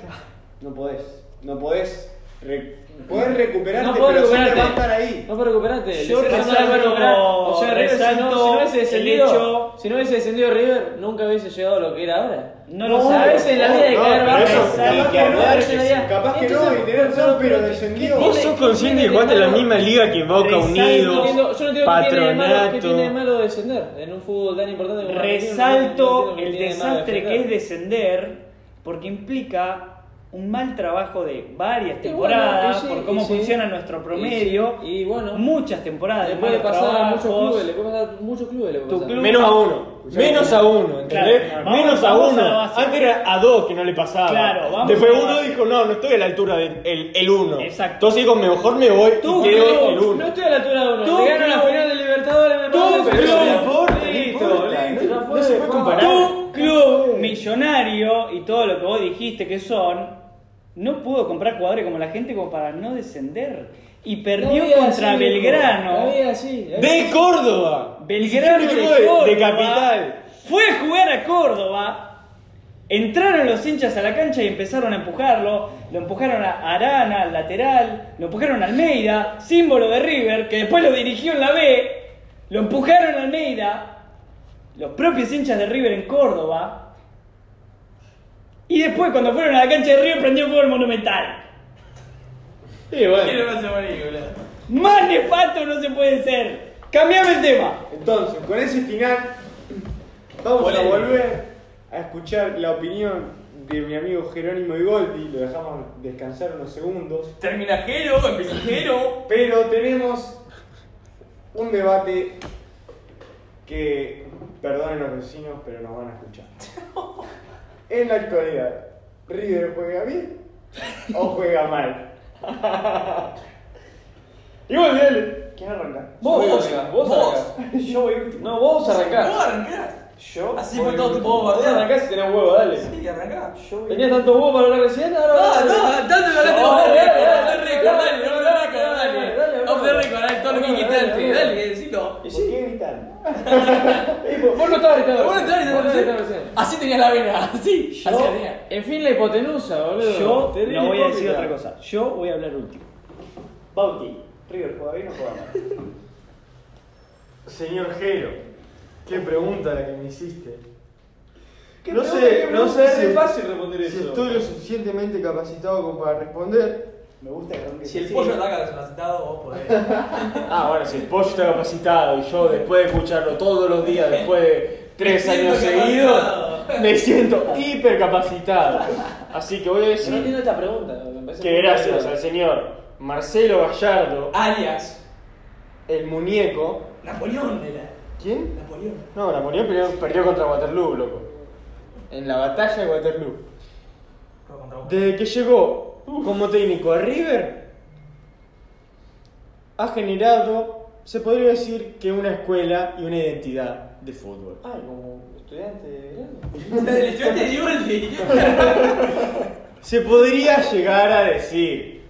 no podés. No podés. re- podés recuperarte, No podés pero siempre recuperarte. va a estar ahí. No para recuperarte. Yo Le- no resalto sabe lograr. como- O sea, River, si no- resalto si no hubiese el descendido, hecho- si no hubiese descendido River, nunca hubiese llegado a lo que era ahora. No lo A sabes. veces en la vida de No, caer pero bajo. eso, a veces en capaz la que no, vida- que sí, capaz que no, Entonces, y tenés razón, pero ¿qué- descendió. qué Vos tiene- sos qué consciente tiene que jugaste de la malo? misma liga que Boca Resalto- No entiendo- Unidos, Yo no tengo que tiene de malo, qué tiene de Patronato. malo descender en un fútbol tan importante como Argentina, no entiendo- no Resalto entiendo qué el tiene de malo desastre que defender. es descender porque implica un mal trabajo de varias Y bueno, temporadas y sí, por y cómo sí. funciona nuestro promedio. Y sí, y bueno. muchas temporadas de Le puede malos pasar a muchos trabajos. clubes, le puede pasar a muchos clubes. le puede Tu pasar. club- Menos a uno. Menos a uno, ¿entendés? Claro. Menos a Vamos a uno. la base. Antes era a dos que no le pasaba. Claro, vamos Después a la uno base. dijo, no, no estoy a la altura del el, el uno. Exacto. Entonces digo, mejor me voy Tu y quedo el club, uno. no estoy a la altura de uno. Tu Le gano la club. final de Libertadores, me No, parece, pero eso pero- no importa, no Listo, importa, listo, no- ya no se puede vamos. comparar. Tu club millonario y todo lo que vos dijiste que son, no pudo comprar jugadores como la gente como para no descender. Y perdió La vida contra así, Belgrano. la vida así, la vida De Córdoba. Belgrano Ni de, siquiera un equipo Córdoba, de, de capital. Fue a jugar a Córdoba. Entraron los hinchas a la cancha y empezaron a empujarlo. Lo empujaron a Arana, al lateral. Lo empujaron a Almeida, símbolo de River, que después lo dirigió en la B. Lo empujaron a Almeida. Los propios hinchas de River en Córdoba. Y después, cuando fueron a la cancha de River, prendió fuego el Monumental. Sí, bueno. pasa, boludo? Más nefasto no se puede ser. Cambiame el tema. Entonces, con ese final, vamos a volver a escuchar la opinión de mi amigo Jerónimo Igoldi. Lo dejamos descansar unos segundos. Termina Jero, empieza Jero. Pero tenemos un debate que, perdonen los vecinos, pero nos van a escuchar. En la actualidad, ¿River juega bien o juega mal? Y vos, Miguel, ¿quién arranca? Vos, Vos, arrancás, vos, vos. arrancás. Yo voy último. No, vos ¿Cómo arrancás. arrancás? Yo Así voy fue todo último. tipo Vos bombardeo. arrancás si tenés huevo, dale. Sí, arrancás. Yo voy Tenías tanto huevo para hablar recién, ahora No, no, dale. tanto me hablaste No, off the record, dale, dale, off the dale, record, dale, off the record, dale, dale, dale, dale. dale, Off the dale. record, dale, todo lo que Dale, quitaste, dale, dale. dale, decilo. ¿Por qué gritan? Eh, Vos vos no estabas gritando. Vos no estabas recién, vos gritando no estabas recién. recién. Así tenías la vena, así, así la tenía. En fin, la hipotenusa, boludo. Yo Terrible no voy a decir hipócrita. otra cosa. Yo voy a hablar último. Bauti, River juega bien o juega mal. Señor Jero, qué pregunta la que me hiciste. ¿Qué No pregunta sé, que me no sé. gusta? Es si- fácil responder si eso. estoy lo suficientemente capacitado como para responder. Me gusta que arranque Si el así. pollo ataca desfacetado, vos podés. Ah, bueno, si el pollo está capacitado y yo después de escucharlo todos los días, después de tres Me siento años seguidos, capacitado. me siento hipercapacitado. Así que voy a Yo No decir entiendo esta pregunta. me parece que muy gracias boludo. al señor Marcelo Gallardo, Alias, el muñeco, Napoleón era. ¿Quién? Napoleón. No, Napoleón perdió, perdió contra Waterloo, loco. En la batalla de Waterloo. Pero contra vos. Desde que llegó como técnico a River, ha generado, se podría decir, que una escuela y una identidad de fútbol. Ah, como estudiante de verano. El estudiante de Urli. Se podría llegar a decir,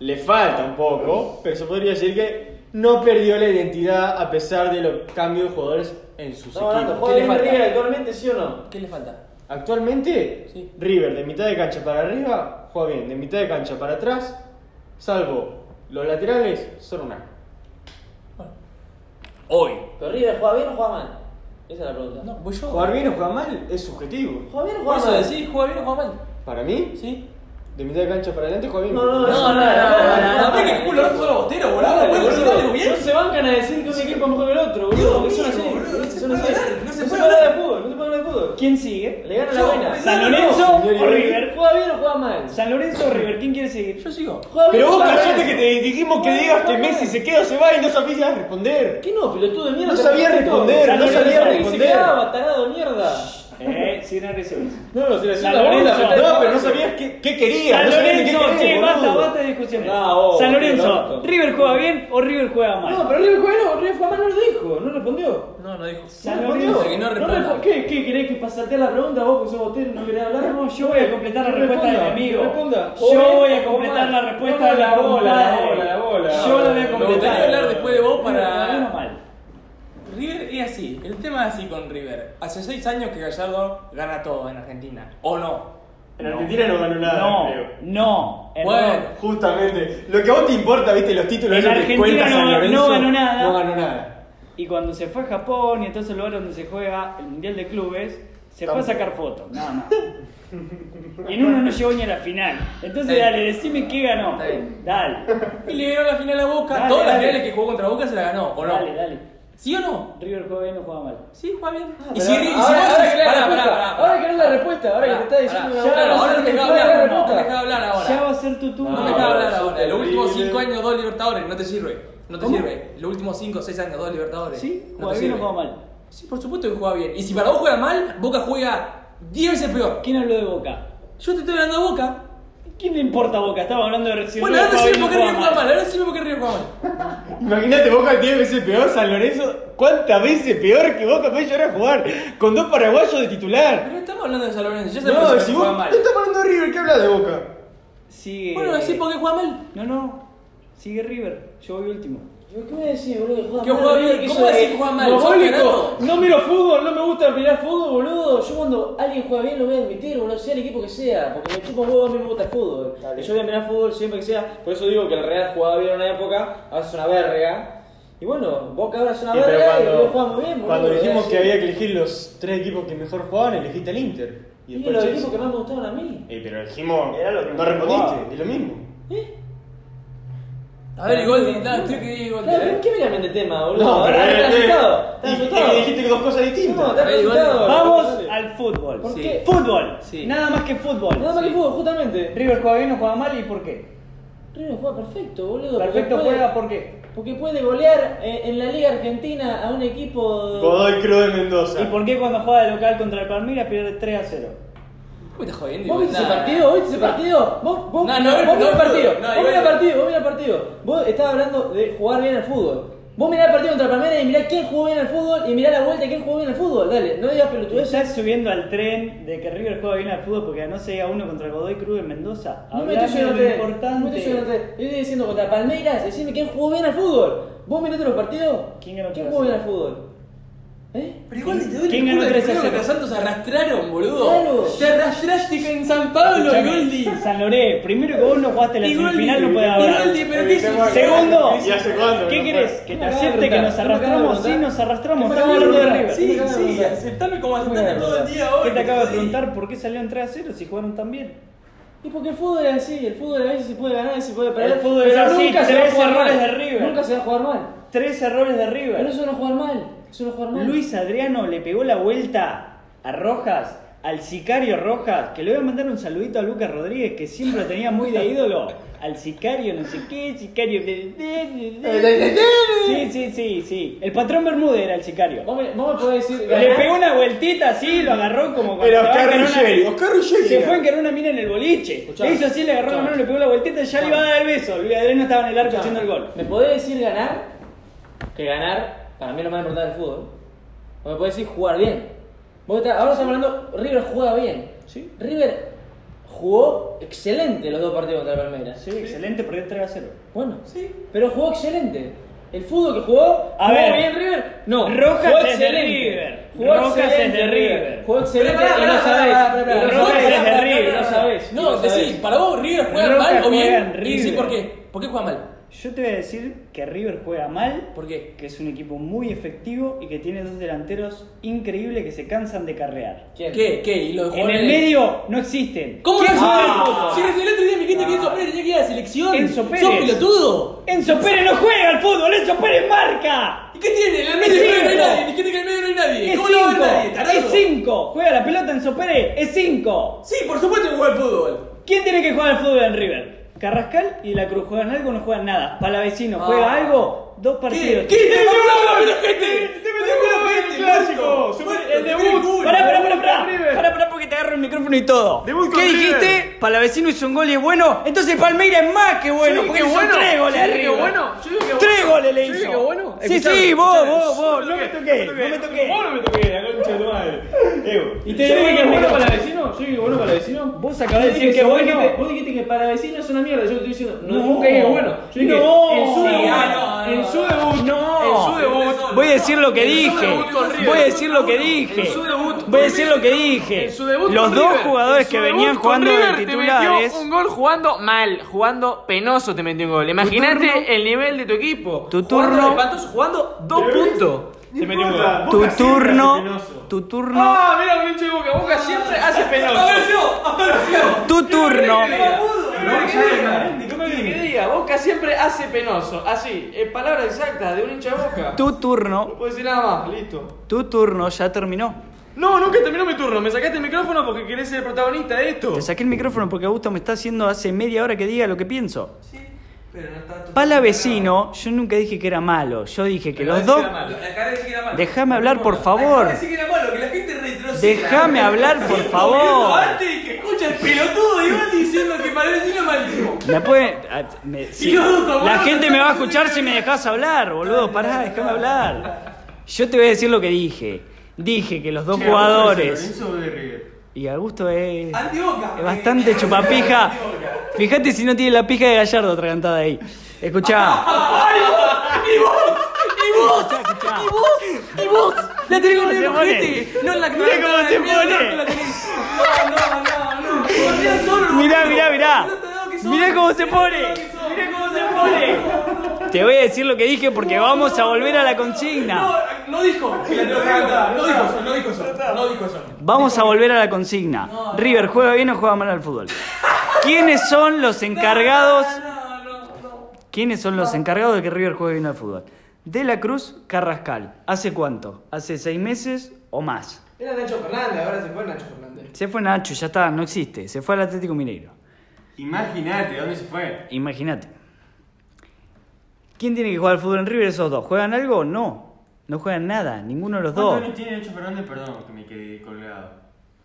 le falta un poco, pero se podría decir que no perdió la identidad a pesar de los cambios de jugadores en sus Estamos hablando, equipos. ¿Qué le ¿juega bien falta? River actualmente, sí o no? ¿Qué le falta? Actualmente, Sí. River de mitad de cancha para arriba juega bien, de mitad de cancha para atrás, salvo los laterales, son una. Hoy. ¿Pero River juega bien o juega mal? Esa es la pregunta. Ah, No, voy yo. Jugar bien o jugar mal es subjetivo. ¿Juega bien o Por juega eso mal? decís, juega bien o juega mal. Para mí, ¿Sí? de mitad de cancha para adelante juega bien. No, no, No, no, no, no, no, no, no, que culo, no solo bostero, boludo. Dale, Bueno, si vale, boludo. No bien. se bancan a decir que un equipo es mejor que el otro, boludo. porque son así. mío, boludo, no se Son así. puede hablar, no se puede hablar hablar. de fútbol, no se puede hablar de fútbol. ¿Quién sigue? Le gana la Yo, buena. pensá- ¿San Lorenzo o Señor Ibarra. River? ¿Juega bien o juega mal? ¿San Lorenzo o River? ¿Quién quiere seguir? Yo sigo. ¿Juega bien Pero o vos juega callate mal? que te dijimos que digas que Messi se queda o se va y no sabías responder. ¿Qué no, pelotudo de mierda? No sabía Te pregunté responder, todo. no San sabía Lorenzo que responder. Se quedaba, tarado de mierda. Eh, sin agresiones. No, no, se le San Lorenzo. No, pero no sabías qué, qué querías. San no sabías ni qué Lorenzo, querías, che, basta, boludo. basta de discusiones. Ah, oh, San boludo. Lorenzo, ¿River juega bien o River juega mal? No, pero River juega bien o River juega mal, no lo dijo, no respondió. No, no dijo. San No Lorenzo. respondió. que no respondió. responda. ¿Qué? ¿Qué? ¿Querés que pasate la pregunta vos que sos botero y no querés hablar? No, yo voy a completar la Que respuesta de mi responda, amigo. que responda. Yo O voy a bien, o completar mal. la respuesta de No, mi la bola, la compadre. bola, la bola. Yo la voy a Me gustaría completar. hablar después de vos Bien o para. mal. River es así. El tema es así con River. Hace seis años que Gallardo gana todo en Argentina. ¿O no? En Argentina no ganó nada, No, creo. no. Bueno. Justamente. Lo que a vos te importa, viste, los títulos En es lo que Argentina cuenta San no- Lorenzo, no ganó nada. No ganó nada. Y cuando se fue a Japón y a todos los lugares donde se juega el Mundial de Clubes, se fue a sacar fotos, nada más. Y en uno no llegó ni a la final. Está Entonces, bien. dale, decime qué ganó. Está bien. Dale, Y le ganó la final a Boca. Dale, Todas las dale. finales que jugó contra Boca se la ganó. ¿O no? dale, dale. ¿Sí o no? River juega bien o juega mal. Sí, juega bien. Ah, y pero si, y si ahora- vos ahora decís- que le das pará, la pará, respuesta, pará, ahora pará. que le das la respuesta, ahora que te está diciendo Pará, una- Claro, ahora no me dejaba Ahora que le hablar. das No me la respuesta. dejaba hablar Ya va ahora. a ser tu turno. No me dejaba hablar sos ahora. Los últimos terrible. 5 años, dos Libertadores. No te sirve. No te ¿Cómo? sirve. Los últimos 5 o 6 años, dos Libertadores. ¿Sí? No ¿Juega te bien o sirve. juega mal? Sí, por supuesto que juega bien. Y si para vos juega mal, Boca juega 10 veces peor. ¿Quién habló de Boca? Yo te estoy hablando de Boca. ¿Quién le importa Boca? Estaba hablando de recién. Bueno, ahora decime por qué River juega mal. Ahora decime por qué River juega mal. Imagínate, Boca 10 veces peor, San Lorenzo. ¿Cuántas veces peor que Boca puede llegar a jugar? Con dos paraguayos de titular. Pero estamos hablando de San Lorenzo. Ya sabemos No, que si juega vos. mal. Estás hablando de River, ¿qué hablas de Boca? Sigue. Bueno, decís por qué juega mal. No, no. Sigue River. Yo voy último. Digo, ¿Qué me decís, boludo? Que juega bien, que ¿cómo soy decís que juega mal? ¿Sos alcohólico? tarado? No miro fútbol, no me gusta mirar fútbol, boludo. Yo cuando alguien juega bien lo voy a admitir, boludo, sea el equipo que sea. Porque me chupa un huevo, a mí me gusta el fútbol. Dale. Yo voy a mirar fútbol siempre que sea. Por eso digo que el Real jugaba bien en una época, ahora es una verga. Y bueno, Boca ahora es una Sí, pero verga y cuando, lo juega muy bien, boludo. cuando dijimos Así. que había que elegir los tres equipos que mejor jugaban, elegiste al Inter. Y Y después los el equipos que Chelsea. más me gustaron a mí. Eh, pero dijimos. Era lo que no me respondiste, jugaba. es lo mismo. ¿eh? A ver, el Goldi. Nada, estoy que diga Goldi. Claro, eh. ¿pero ¿qué me cambian de tema, boludo? Ahora eh, estás eh, asustado, estás y- y asustado. dijiste que dos cosas distintas. No, estás Ahí, bueno. asustado. Vamos Dale. al fútbol. ¿Por Sí. qué? Fútbol. Sí. Nada más que fútbol. Nada más que Sí. fútbol, justamente. River juega bien o juega mal y por qué. River juega perfecto, boludo. porque Perfecto puede- juega por qué. Porque puede golear eh, en la Liga Argentina a un equipo. Godoy Cruz de Mendoza. ¿Y por qué cuando juega de local contra el Palmeiras pierde 3 a 0? ¿Cómo me estás jodiendo? ¿Vos viste ese Nah. partido? ¿Vos viste ese partido? ¿Vos, vos, No, no, no, vos mirá el no, no, partido? vos igual mirá el no. partido, vos mirá el partido. Vos estabas hablando de jugar bien al fútbol. Vos mirá el partido contra el Palmeiras y mirá quién jugó bien al fútbol y mirá la vuelta y quién jugó bien al fútbol. Dale, no digas Tú pelotudeces. estás subiendo al tren de que River juega bien al fútbol porque ganó 6 a 1 contra el Godoy Cruz en Mendoza. No me Hablame estoy subiendo al de lo tren, importante. No me estoy subiendo al tren. Yo estoy diciendo contra Palmeiras, decime quién jugó bien al fútbol. Vos mirate los partidos. ¿Quién ganó ¿Quién tres a jugó bien cero? al fútbol? ¿Eh? Pero Goldi, te doy ¿Quién el ganó culo de 3 a creo que los 0? Santos arrastraron, boludo. Claro. Te arrastraste en San Pablo, Escuchame, Goldi. San Loré, primero que vos no jugaste la Y Goldi, semifinal, no podés y hablar. Goldi, pero qué es eso? Segundo, ¿Y hace cuándo? ¿qué No querés? fue. ¿Que ¿Qué te me acabas de acepte que preguntar? nos ¿Qué me acabas de arrastramos? Sí, preguntar? nos arrastramos. ¿Qué me Estamos acabas de hablando de preguntar? River. Sí, me acabas de sí, preguntar? aceptame como me aceptaste acabas de todo el día hoy. ¿Qué te acabo de jodí. preguntar por qué salieron 3 a 0 si jugaron tan bien? Y porque el fútbol es así, el fútbol a veces se puede ganar y se puede perder. El fútbol es pero así, nunca se va a tres jugar errores mal. de River. Nunca se va a jugar mal. Tres errores de Pero River. eso no es jugar mal. Eso no es jugar mal. Luis Adriano le pegó la vuelta a Rojas, al sicario Rojas, que le voy a mandar un saludito a Lucas Rodríguez, que siempre lo tenía muy de ídolo. Al sicario no sé qué, sicario... Sí, sí, sí, sí. El patrón Bermúdez era el sicario. Vos me, vos me podés decir. Le ganá- pegó una vueltita así, lo agarró como cuando Era estaba Oscar encarando Ruggeri, una- Oscar Ruggeri Se era. fue a encarar una mina en el boliche. Escuchá. le hizo así, le agarró la Escuchá. mano, le pegó la vueltita y ya le iba a dar el beso. Luis Adrián no estaba en el arco haciendo el gol. ¿Me podés decir ganar? Que ganar, para mí es lo más importante del fútbol. O me podés decir jugar bien. Vos estás- ahora estamos hablando, River juega bien. Sí. River jugó excelente los dos partidos contra Palmeiras. Sí, excelente, perdió 3 a 0. Bueno, pero jugó excelente. El fútbol que jugó, A ¿jugó ver. bien River? No, Rojas jugó es de excelente. River. Jugó Rojas es excelente de River. River. Jugó excelente Pero pará, y no pará, sabés. pará, pará, pará. Y no Rojas sabés. es de Pará, River. pará, pará, pará. No, Y sabés. decís, para vos River juega Roca mal o juega bien. en Y sí, River. ¿por qué? ¿Por qué juega mal? Yo te voy a decir que River juega mal, ¿Por qué? que es un equipo muy efectivo y que tiene dos delanteros increíbles que se cansan de carrear. ¿Quién? ¿Qué? ¿Qué? ¿Y los En jugadores? el medio no existen. ¿Cómo no ¿Quién juega al ah, fútbol? Si desde el otro día me dijiste que Enzo Pérez tenía que ir a la selección. Enzo Pérez. ¿Sos pelotudo? Enzo Pérez no juega al fútbol, Enzo Pérez marca. ¿Y qué tiene? En el medio Es no hay cinco. nadie. Dijiste que en el medio no hay nadie. Es ¿Cómo no va a haber nadie? 5. tarado? Es 5. Juega la pelota Enzo Pérez, es 5. Sí, por supuesto que juega al fútbol. ¿Quién tiene que jugar al fútbol en River? Carrascal y la Cruz juegan algo o no juegan nada. Palavecino juega Ah. algo, dos partidos. ¿Qué? ¿Qué? ¡Te ¡Te metió metió un gol! gol, gente! ¡Te ¡Te metió metió un un gol gol, en el gente, clásico! Marco! Marco, Se fue El te metió debut. un gol. Pará, pará, pará, Debut pará. con River. Pará, pará, porque te agarro el micrófono y todo. Debut con ¿Qué River. dijiste? Palavecino hizo un gol y es bueno. Entonces Palmeira es más que bueno. Yo dije Porque que hizo bueno, tres goles yo a dije que River. bueno, yo dije que Tres bueno. goles le Yo hizo. dije que bueno. Sí, Escuchame, sí, vos, escuchame. vos, vos. No me toqué, No no me me toqué. Vos no me toqué, la concha de tu madre. Evo. Y te Yo digo que dije bueno bueno. para vecino, yo dije que bueno para vecino. Vos acabás de Vos decir dijiste que vos bueno. dijiste- Vos dijiste que para vecinos es una mierda, yo te estoy diciendo. No, No. nunca dije que bueno. Yo dije No. en su Sí, debut. ah, no, en no, su no. debut. No, En su debut. voy a decir lo que En su dije. debut con River. Voy a decir lo que dije. En su debut con Voy a decir lo que River. dije. En su debut Los con dos River. jugadores En su que debut venían con jugando de River te titulares. un gol jugando mal, jugando penoso te metió un gol. turno- Imagínate el nivel de tu equipo. Tu Jugando turno- espantoso, jugando dos puntos. Te metió un Tu gol. Boca siempre hace turno, penoso. tu turno, Ah, mira un hincho de boca. Boca siempre Ah. hace penoso. Ah, tu turno. ¿Qué querés que diga? Boca siempre hace penoso. Así, es palabra exacta de un hincha de boca. Tu turno, No puedo decir nada Ah, más, listo. tu turno ya terminó. No, nunca terminó mi turno. Me sacaste el micrófono porque querés ser el protagonista de esto. Te saqué el micrófono porque Augusto me está haciendo hace media hora que diga lo que pienso. Sí, pero no está... Palavecino, yo nunca dije que era malo. Yo dije que los dos. Acá decís que era malo. Déjame hablar, por favor. Acá decís que era malo, que la gente retroceda. Déjame hablar, por favor. Antes que escucha el pelotudo de Iván diciendo que Palavecino es malísimo. Me puede- a- me- sí. no, como La no, gente no, me va no, a escuchar no, si no, me no. dejas hablar, boludo. Pará, déjame hablar. Yo te voy a decir lo que dije. Dije que los dos jugadores. Lorenzo de River. Y Augusto es. Antioca. es bastante chupapija. Fíjate si no tiene la pija de Gallardo atragantada ahí. Escuchá. ¡Y vos! ¡Y vos! escuchá. ¡Y vos! ¡Y vos! ¡La tenés con el ¿Cómo se ojete! ¡No en la Mirá cómo se pone. No, no, no, no. Corría solo, Mirá, boludo. mirá, mirá. Pelota de dos que sos. Mirá cómo se pone. Mirá cómo se pone. Te voy a decir lo que dije porque vamos a volver a la consigna. No, no dijo. que la pelota era atragantada. No dijo eso, no dijo eso. No dijo eso. Vamos a volver a la consigna. River juega bien o juega mal al fútbol. ¿Quiénes son los encargados? No, no, no. ¿Quiénes son los encargados de que River juegue bien al fútbol? De la Cruz, Carrascal. ¿Hace cuánto? ¿Hace seis meses o más? Era Nacho Fernández, ahora se fue Nacho Fernández. Se fue Nacho, ya está, no existe. Se fue al Atlético Mineiro. Imagínate, ¿dónde se fue? Imagínate. ¿Quién tiene que jugar al fútbol en River esos dos? ¿Juegan algo? No. No juegan nada, ninguno de los ¿Cuántos dos. años tiene Nacho Fernández? Perdón, que me quedé colgado.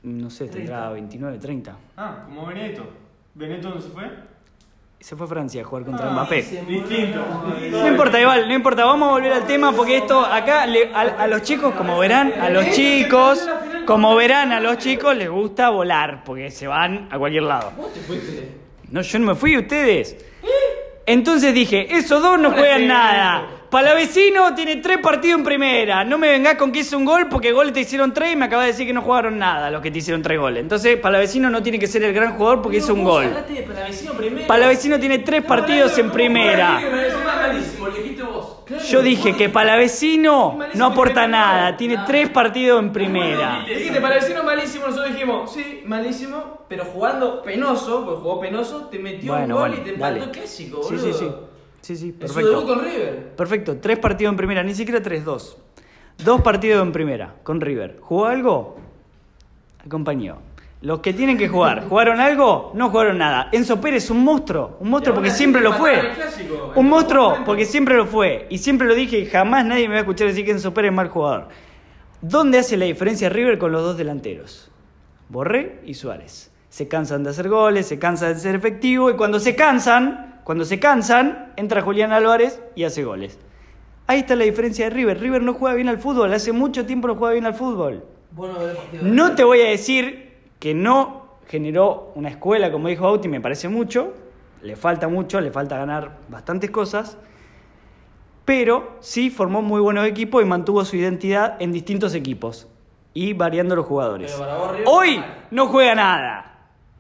No sé, tendrá 29, 30. Ah, como Benedetto. ¿Benedetto dónde se fue? Ah, Se fue a Francia a jugar contra Mbappé. Distinto. No importa, igual, no importa. Vamos a volver al tema porque esto acá le- a, a los chicos, como verán, a los chicos, como verán, a los chicos les gusta volar porque se van a cualquier lado. No, yo no me fui, ustedes. Entonces dije, esos dos no juegan nada. Palavecino tiene tres partidos en primera. No me vengás con que hizo un gol porque goles te hicieron tres y me acabas de decir que no jugaron nada los que te hicieron tres goles. Entonces Palavecino no tiene que ser el gran jugador porque hizo un gol. Palavecino tiene tres partidos en primera. malísimo, lo dijiste vos. Yo dije que Palavecino no aporta nada, tiene tres partidos en primera. Dijiste, para vecino malísimo, nosotros dijimos, sí, malísimo, pero jugando penoso, porque jugó penoso, te metió Bueno, un gol bueno, y te empató dale. el clásico, Sí, boludo. sí, sí. Sí, sí, En su debut perfecto. con River. Perfecto, tres partidos en primera, ni siquiera tres, dos. Dos partidos en primera con River. ¿Jugó algo? Acompañó. Los que tienen que jugar, ¿jugaron algo? No jugaron nada. Enzo Pérez, un monstruo. Un monstruo porque siempre lo fue. Un monstruo porque siempre lo fue. Y siempre lo dije y jamás nadie me va a escuchar decir que Enzo Pérez es mal jugador. ¿Dónde hace la diferencia River con los dos delanteros? Borré y Suárez. Se cansan de hacer goles, se cansan de ser efectivo y cuando se cansan, cuando se cansan, entra Julián Álvarez y hace goles. Ahí está la diferencia de River. River no juega bien al fútbol, hace mucho tiempo no juega bien al fútbol. Bueno, del partido. No te voy a decir que no generó una escuela, como dijo Auti, me parece mucho. Le falta mucho, le falta ganar bastantes cosas. Pero sí formó muy buenos equipos y mantuvo su identidad en distintos equipos y variando los jugadores. Pero para vos, River Hoy está mal. no juega nada.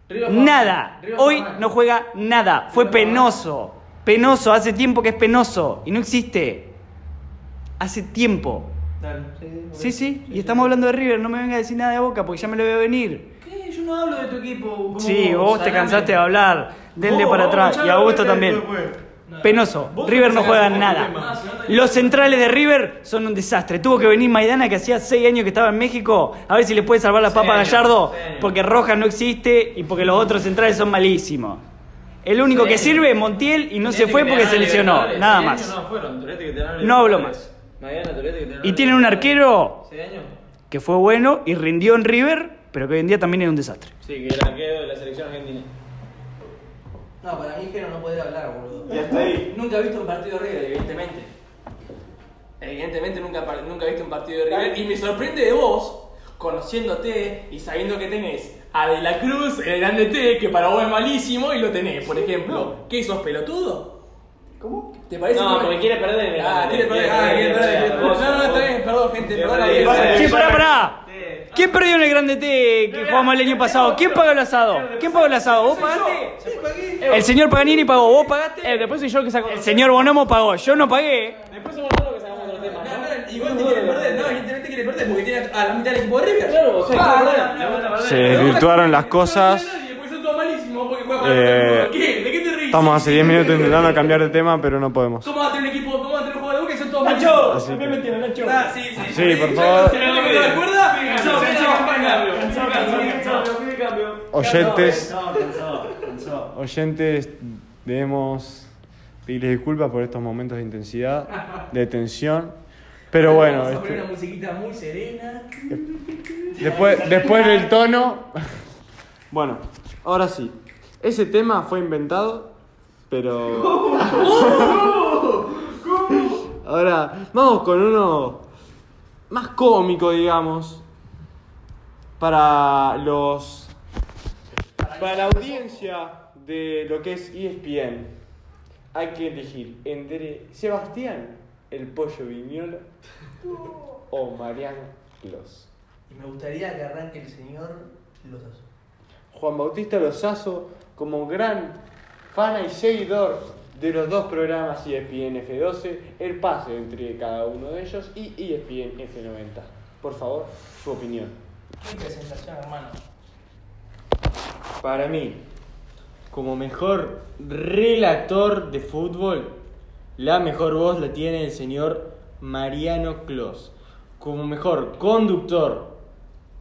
River juega Nada. mal. River Hoy juega mal. no juega nada. Fue River juega mal. penoso. Penoso. Hace tiempo que es penoso y no existe. Hace tiempo. Dale, sí, Sí, sí, y estamos hablando de River, no me venga a decir nada de Boca porque ya me lo veo venir. ¿Qué? Yo no hablo de tu equipo. como Sí, vos te salame. cansaste de hablar, denle Vos, para vamos atrás a y echar la Augusto vuelta también. después. No. Penoso, Vos River te no sacás juega un poco de nada. más, Ah, si no te- Los centrales de River son un desastre. Tuvo que venir Maidana que hacía 6 años que estaba en México, a ver si le puede salvar la papa a Serio, Gallardo serio. porque Rojas no existe y porque los otros centrales son malísimos. El único que Serio. sirve es Montiel y no se Tuviste fue que porque ganar se lesionó, Libertadores. nada Ese año más. No, fueron, tuviste que tener No hablo Libertadores. Mariana, Torete, que te Y tienen un arquero Ese año. que fue bueno y rindió en River, pero que hoy en día también es un desastre. Sí, que el arquero de la selección argentina. No, para mí es que no, no poder hablar, boludo. Y hasta ahí. Nunca he visto un partido de River, evidentemente. Evidentemente nunca, par- nunca he visto un partido de River. Y me sorprende de vos, conociéndote y sabiendo que tenés a De la Cruz, el grande T, que para vos es malísimo y lo tenés, por ejemplo. ¿Qué sos pelotudo? ¿Cómo? ¿Te parece? No, que- porque quiere perder en el Ah, grande. quiere perder. Ah, quiere perder. No, no, no, está bien, perdón, gente, perdón. perder. audiencia. Pasa que- Che, pará, pará. ¿Quién perdió en el grande T que jugamos el año pasado? ¿Quién pagó el asado? ¿Quién pagó el asado? ¿Vos pagaste? El señor Paganini pagó, ¿vos pagaste? Eh, después soy yo que saco. El señor Bonomo pagó, yo no pagué. Después somos nosotros que sacamos otro No, tema, ¿no? no, Igual te quiere perder, no, evidentemente quiere perder porque tiene a la mitad del equipo de River. Claro, o sea, Ah, quiere no, perder. no, no, no, no. Se desvirtuaron las cosas. Porque son todos malísimos, porque juegan mal. Eh, ¿Qué? ¿De qué te reís? Estamos hace 10 minutos intentando cambiar de tema, pero no podemos. ¿Cómo va a tener un equipo? ¿Cómo va a tener un juego de boca y son todos malísimos? Así que- Ah, sí, sí. Sí, por favor. ¿Se me metió la cuerda? Cansó, cansó, cansó, cansó, cansó. Oyentes, Cansó, cansó, cansó. oyentes, debemos pedirles disculpas por estos momentos de intensidad, de tensión. Pero bueno, Vamos a poner este, una musiquita muy serena. después, después del tono. Bueno, ahora sí. Ese tema fue inventado, pero. Ahora, vamos con uno más cómico, digamos. Para los. Para la audiencia de lo que es E ESPN, hay que elegir entre Sebastián, el pollo viñola, o Mariano Clos. Y me gustaría que arranque el señor Los dos. Juan Bautista Lozazo como gran fan y seguidor de los dos programas E ESPN F12, el pase entre cada uno de ellos y E ESPN F90. Por favor, su opinión. Qué presentación, hermano. Para mí, como mejor relator de fútbol, la mejor voz la tiene el señor Mariano Clos. Como mejor conductor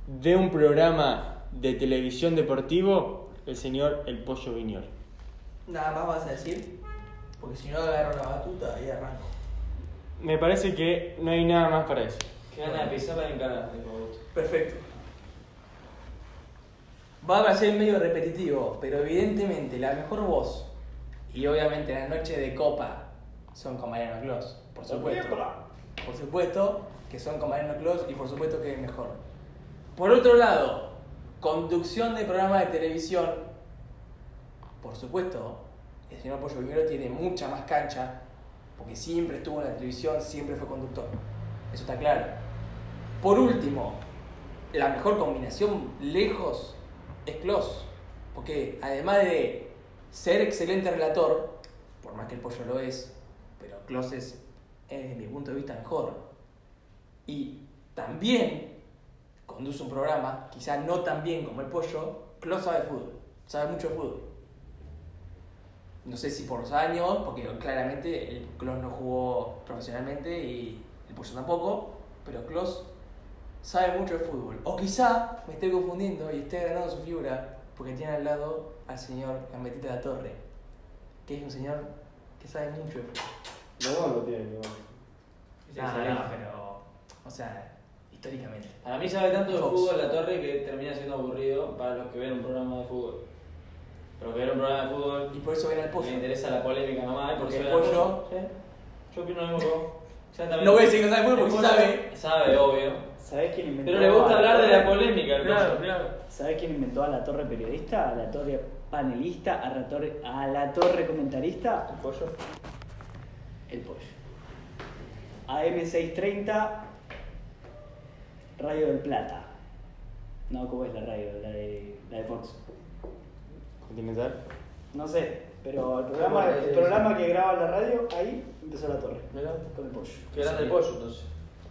de un programa de televisión deportivo, el señor El Pollo Viñol. Nada más vas a decir. Porque si no agarro la batuta, ahí arranco. Me parece que no hay nada más para eso. Que gana de pisar para encarar, tipo. Perfecto. Va a ser medio repetitivo, pero evidentemente la mejor voz y obviamente las noches de copa son con Mariano Clos, por supuesto. Por supuesto que son con Mariano Clos y por supuesto que es mejor. Por otro lado, conducción de programas de televisión, por supuesto, el señor Pollo Vivero tiene mucha más cancha, porque siempre estuvo en la televisión, siempre fue conductor. Eso está claro. Por último, la mejor combinación lejos es Klos. Porque además de ser excelente relator, por más que el pollo lo es, pero Klos es, eh, desde mi punto de vista, mejor. Y también conduce un programa, quizás no tan bien como el pollo, Klos sabe fútbol, sabe mucho fútbol. No sé si por los años, porque claramente el Klos no jugó profesionalmente y el pollo tampoco, pero Klos sabe mucho de fútbol. O quizá me esté confundiendo y esté agranando su figura porque tiene al lado al señor Gambetita de la Torre, que es un señor que sabe mucho de fútbol. No, lo tiene, no. No, no, pero. O sea, históricamente. Para mí sabe tanto de Fox. fútbol la torre que termina siendo aburrido para los que ven un programa de fútbol. Pero que ven un programa de fútbol Y por eso ven al le pollo. interesa la polémica nomás, y por Porque eso el ven al pollo- Sí. Yo opino lo mismo que vos. Exactamente. No voy a decir que sabe fútbol porque sí El pollo sabe. Sabe, obvio. ¿Sabés quién inventó? Pero le gusta a hablar de torre? la polémica al Claro, pollo. claro. ¿Sabés quién inventó a la torre periodista, a la torre panelista, a la torre, a la torre comentarista? ¿El pollo? El pollo. AM630, Radio del Plata. No, ¿cómo es la radio? La de, la de Fox. ¿Continental? No sé, pero el programa, el programa que graba la radio, ahí empezó la torre. Con el pollo. Que grande el pollo entonces.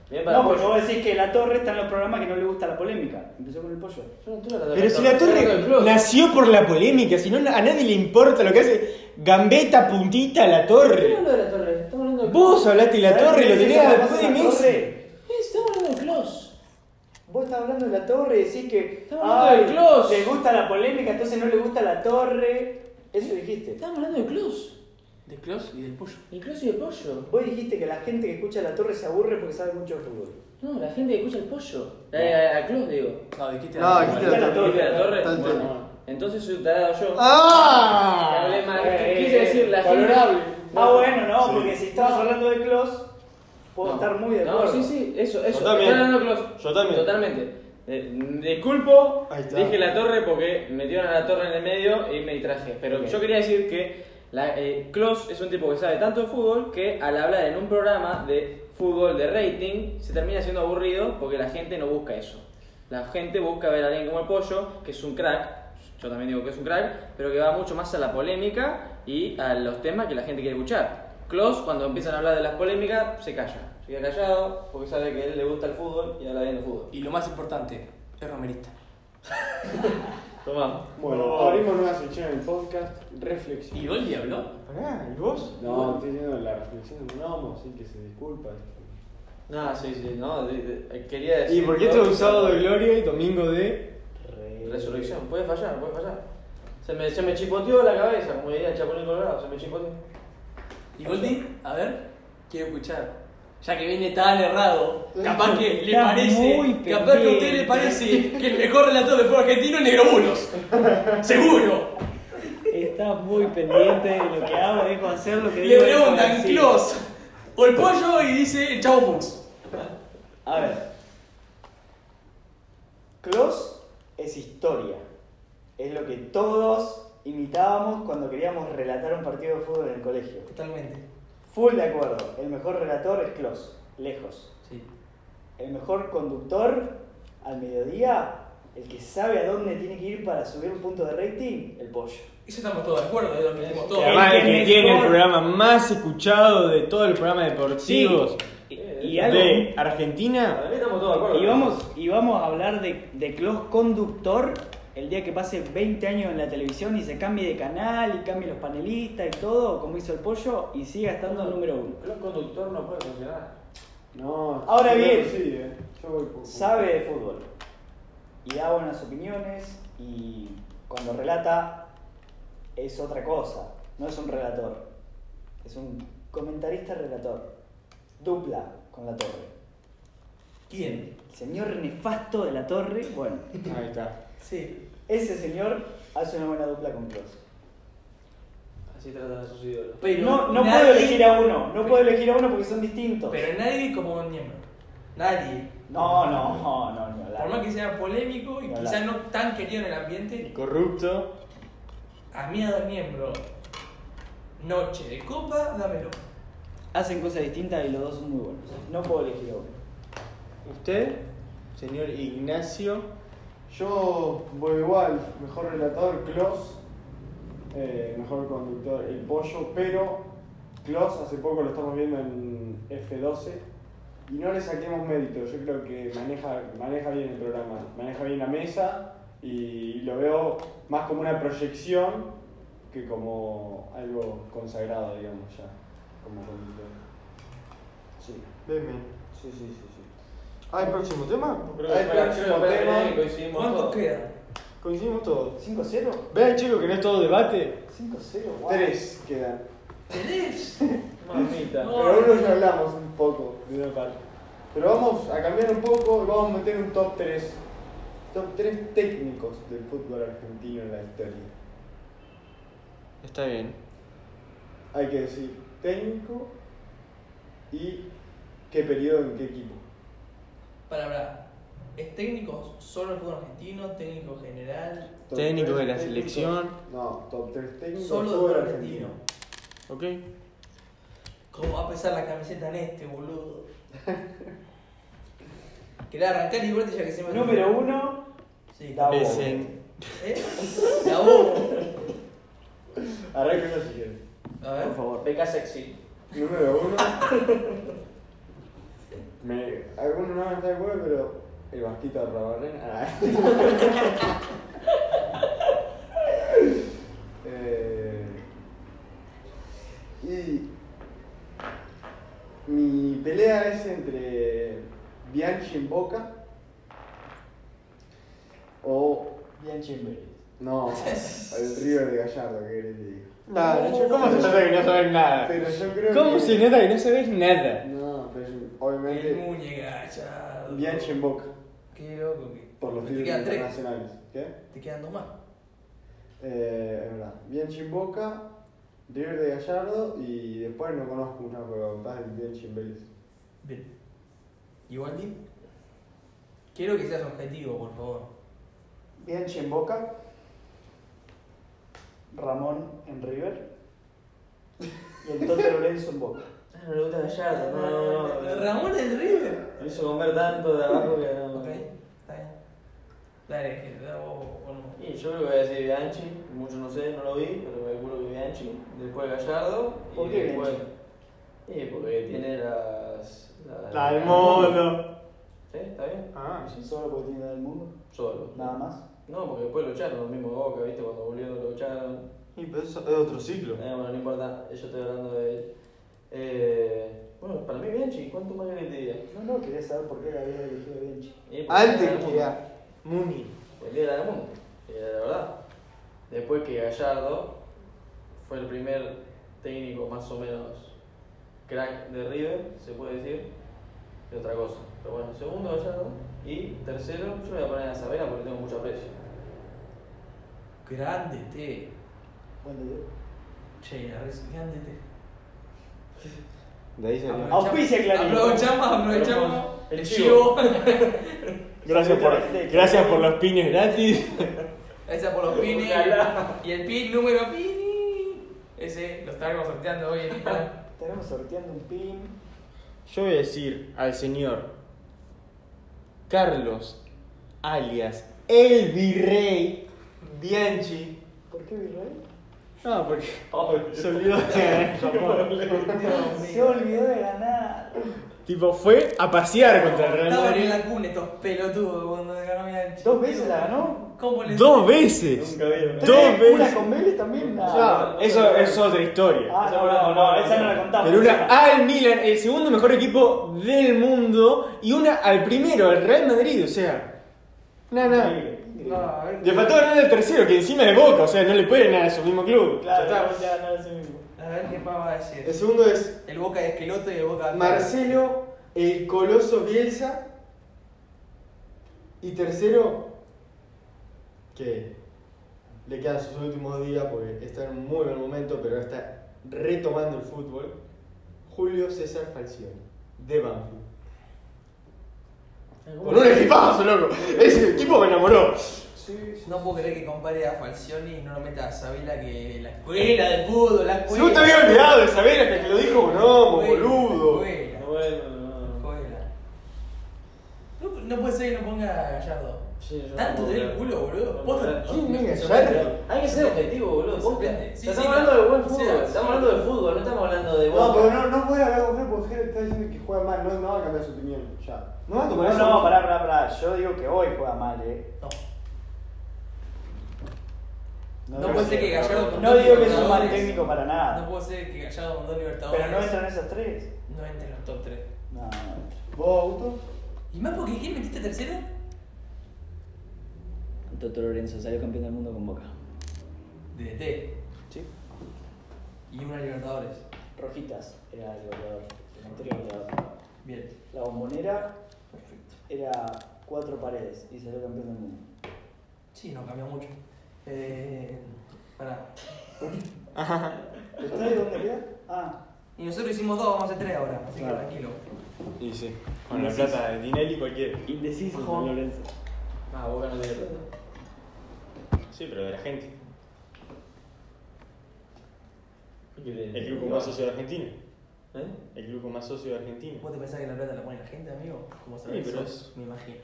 Bien para No, el porque pollo. vos decís que la torre está en los programas que no le gusta la polémica. Empezó con el pollo. Yo no estoy hablando de Pero si la estoy torre hablando del club. nació por la polémica, si no a nadie le importa lo que hace Gambeta puntita a la Estoy torre. hablando de la torre, estamos hablando del Vos hablaste de la ¿Sabés torre y qué lo decís tenías que después de pasa en la Messi. torre? Eh, Estamos hablando del Clos. Vos estás hablando de la torre y decís que. Estamos hablando del Clos". Le gusta la polémica, entonces no le gusta la torre. Eso dijiste. Estamos hablando del Clos. Del Clos y del Pollo. El Clos y el pollo. Vos dijiste que la gente que escucha la torre se aburre porque sabe mucho de fútbol. No, la gente que escucha el pollo. Al Clos digo. No, dijiste No, la- dijiste Está la ¿Torre de la torre? Está el Bueno, tema. entonces soy un tarado yo. Que ¡Ah! hablé mal. eh, Quise eh, decir la gente. valorable. Ah, bueno, no, Sí. porque si estabas hablando de Clos, puedo No. estar muy de No, acuerdo. sí, sí, eso, eso. también. Estoy hablando de Clos. Yo también. Totalmente. Eh, disculpo, Ahí está. dije la torre porque metieron a la torre en el medio y me distraje. Pero yo quería decir que la, eh, Clos es un tipo que sabe tanto de fútbol que al hablar en un programa de fútbol de rating se termina siendo aburrido porque la gente no busca eso. La gente busca ver a alguien como el pollo, que es un crack. Yo también digo que es un crack, pero que va mucho más a la polémica y a los temas que la gente quiere escuchar. Clos, cuando empiezan a hablar de las polémicas, se calla. Se queda callado porque sabe que a él le gusta el fútbol y habla bien de fútbol. Y lo más importante, es romerista. Tomamos. Bueno, abrimos nueva sección en el podcast, reflexión. ¿Y Goldi habló? Pará, ¿y vos? No. estoy diciendo la reflexión de un homo, así que se disculpa. este. No, sí, sí, no, de- de- quería decir. ¿Y por qué esto es un sábado de gloria y domingo de.? Resurrección, puede fallar, puede fallar. Se me, se me chipoteó la cabeza, como diría el Chapulín Colorado, se me chipoteó. ¿Y Goldi? A ver, quiero escuchar. Ya que viene tan errado, capaz que le Está muy parece, capaz que a usted le pendiente. parece que el mejor relator de fútbol argentino es Negrobulos. ¡Seguro! Estás muy pendiente de lo que hago, dejo hacer lo que Le digo. dejo de preguntan decir. Clos o el pollo y dice el chavo Fuchs. A ver. Clos es historia. Es lo que todos imitábamos cuando queríamos relatar un partido de fútbol en el colegio. Totalmente. Full de acuerdo. El mejor relator es Clos. Lejos. Sí. El mejor conductor al mediodía, el que sabe a dónde tiene que ir para subir un punto de rating, el pollo. Eso estamos todos de acuerdo, es lo que decimos todos. Además, el que mejor- tiene el programa más escuchado de todos los programas deportivos Y, y de Argentina. Para mí estamos todos de acuerdo. Y vamos, y vamos a hablar de, de Clos Conductor el día que pase 20 años en la televisión y se cambie de canal y cambie los panelistas y todo, como hizo el pollo, y siga estando el número uno. El conductor no puede funcionar. No, Ahora yo creo bien. que Sí, eh. Yo voy por. Sabe de fútbol y da buenas opiniones y cuando relata es otra cosa, no es un relator, es un comentarista relator, dupla con la torre. ¿Quién? El señor nefasto de la torre, bueno, Ahí está. Sí. ese señor hace una buena dupla con Clos. Así tratan a sus ídolos. Pero No, no nadie- puedo elegir a uno, no puedo elegir a uno porque son distintos. Pero nadie como un miembro. Nadie. No, no, no, no, no. la- Por más que sea polémico y Hola. quizás no tan querido en el ambiente, Corrupto. a mí a dos miembros. Noche de copa, dámelo. Hacen cosas distintas y los dos son muy buenos. No puedo elegir a uno. ¿Usted, señor Ignacio? Yo voy igual, mejor relator, Klaus, eh, mejor conductor, el pollo, pero Klaus hace poco lo estamos viendo en F12 y no le saquemos mérito, yo creo que maneja, maneja bien el programa, maneja bien la mesa y lo veo más como una proyección que como algo consagrado, digamos, ya, como conductor. Sí. Deme. Sí, sí, sí, sí. Ah, el próximo tema. Creo Ah, que el fue- creo que próximo fue la tema. primera que coincidimos ¿Cuántos todos. quedan? Coincidimos todos. ¿5-0? Vean, chicos, que no es todo debate. 5-0, wow. Tres quedan. ¿Tres? Mamita. No. Pero uno ya hablamos un poco de una parte. Pero vamos a cambiar un poco y vamos a meter un top 3. Top 3 técnicos del fútbol argentino en la historia. Está bien. Hay que decir técnico y qué periodo en qué equipo. Para hablar. ¿Es técnico solo el fútbol argentino? ¿Técnico general? Top Técnico tres de la técnicos- selección. No, top 3 técnicos Solo del del fútbol fútbol argentino. argentino. ¿Ok? ¿Cómo va a pesar la camiseta en este, boludo? Quería arrancar y verte ya que se me. Número uno, Sí, la Es voz. en- ¿Eh? La U. Arráquenlo si quieren. A ver. Por favor. Beca sexy. Número uno. Me, algunos no van a estar de acuerdo, pero el vasquito de Rabarren. Ah. Eh, y mi pelea es entre Bianchi en Boca o Bien chimbe. no, el River de Gallardo, que querés que te diga. No, no, ¿cómo se trata que no sabes nada? Pero yo creo ¿Cómo que- se nota que no sabes nada? No, pero yo- El obviamente muñeca, chao. Bianchi en Boca. Qué loco que. Por los te títulos quedan tres. internacionales. ¿Qué? Te quedan dos más. Eh, es verdad. Bianchi en Boca, River de Gallardo y después no conozco una, pero capaz el Bianchi en Vélez. Bien. Igual bien. Quiero que seas objetivo, por favor. Bien en Boca. Ramón en River. Y el Toto Lorenzo en Boca. Ah, no le gusta Gallardo. No, no, no, no. Ramón del River. Me hizo comer tanto de abajo que no. Ok, está bien. Dale, que da vos vos no. Y yo creo que voy a decir Bianchi, mucho no sé, no lo vi, pero calculo que Bianchi, después Gallardo y ¿Por qué después. Bianchi? Y porque tiene las. las La del mono. ¿Sí? ¿Está bien? Ah, Solo porque tiene del mundo. Solo. Nada más. No, porque después lo echaron, lo mismo Boca, ¿viste? Cuando volvió lo echaron. y pero eso es otro ciclo. Eh, bueno, no importa, yo estoy hablando de él. Eh, bueno, para mí Bianchi, ¿cuánto más querés que te diga? No, no, quería saber por qué la había elegido Bianchi. Eh, porque era del Antes que mundo. a Muni. El día del mundo, y la verdad. Después que Gallardo fue el primer técnico más o menos crack de River, se puede decir, de otra cosa. Pero bueno, segundo Gallardo y tercero, yo voy a poner a Sabela porque tengo mucho aprecio. Grande te. Buen día. Che, la res- grande te. De Ah, ahí salió. Auspicia, Clarín. Aprovechamos, aprovechamos. El El chivo. chivo. Gracias por, gracias por los pines gratis. Gracias por los pines. Ojalá. Y el pin número pini. Ese lo estaremos sorteando hoy en Instagram. Estaremos sorteando un pin. Yo voy a decir al señor Carlos, alias el virrey Bianchi. ¿Por qué Virrey? No, porque se olvidó de ganar en Japón. Se olvidó de ganar. Tipo, fue a pasear contra el Real Estaban Madrid en la cuna estos pelotudos cuando ganó Bianchi. Dos veces la ganó. ¿Cómo les dos veces. Nunca vieron. Dos veces. Una con Vélez también. nada. Ya, eso es otra historia. Ah, no, no, no, esa no la contamos. Pero una al Milan, el segundo mejor equipo del mundo, y una al primero, al Real Madrid, o sea. No, no. Le faltó ganar al tercero, que encima es Boca, o sea, no le puede ganar a su mismo club. Ya está. Claro, ya no es el mismo. A ver qué más va a El decir. segundo es El boca de esqueloto y el boca de. Marcelo, el coloso Bielsa. Y tercero, que le quedan sus últimos días porque está en un muy buen momento, pero está retomando el fútbol. Julio César Falcioni, de Banfield. Con un equipazo, loco. Ese equipo me enamoró. No puedo creer que compare a Falcioni y no lo meta a Sabela que la escuela de fútbol, la Si escuela. vos te había olvidado de saber hasta que lo dijo Bonomo, boludo. La escuela, Bueno, la no. escuela. No, no puede ser que no ponga a Gallardo. Sí, yo no Tanto puedo de creer. el culo, boludo. No Vos puedo creer. ¿Quién es Gallardo? Hay que ser objetivo, boludo. posta. sorprende. Sí, estamos sí, hablando no. de buen O fútbol, sea, sí. estamos hablando de fútbol, no estamos hablando de No, boca. pero no, no puede hablar con Ger porque Ger está diciendo que juega mal. No, no va a cambiar su opinión. Ya. No, no, No, no, pará, pará, pará. Yo digo que hoy juega mal, eh. No. No, No digo- puede ser que Gallardo con No dos digo que es un mal Libertadores- técnico para No nada. puede ser que Gallardo con dos libertadores. Pero no entran esas tres. no entre en los top 3. No, no entra. ¿Vos, Augusto? Y más ¿Y quién metiste tercero? Toto Lorenzo salió campeón del mundo con Boca. DDT. Sí. E Y una Libertadores. Rojitas era el goleador, el anterior goleador. Bien. La bombonera era cuatro paredes y salió campeón del mundo. Sí, no cambió mucho. Eh, pará. ¿Ustedes dónde queda? Ah, Y nosotros hicimos dos, vamos a hacer tres ahora, así Claro. que tranquilo. Y sí. Con la plata de Tinelli cualquiera. indeciso San Lorenzo. Ah, Boca no tiene plata. Sí, pero de la gente. El El club con más socio de Argentina. ¿Eh? El club con más socio de Argentina. ¿Vos te pensás que la plata la pone la gente, amigo? Como sabés, pero sos, me imagino.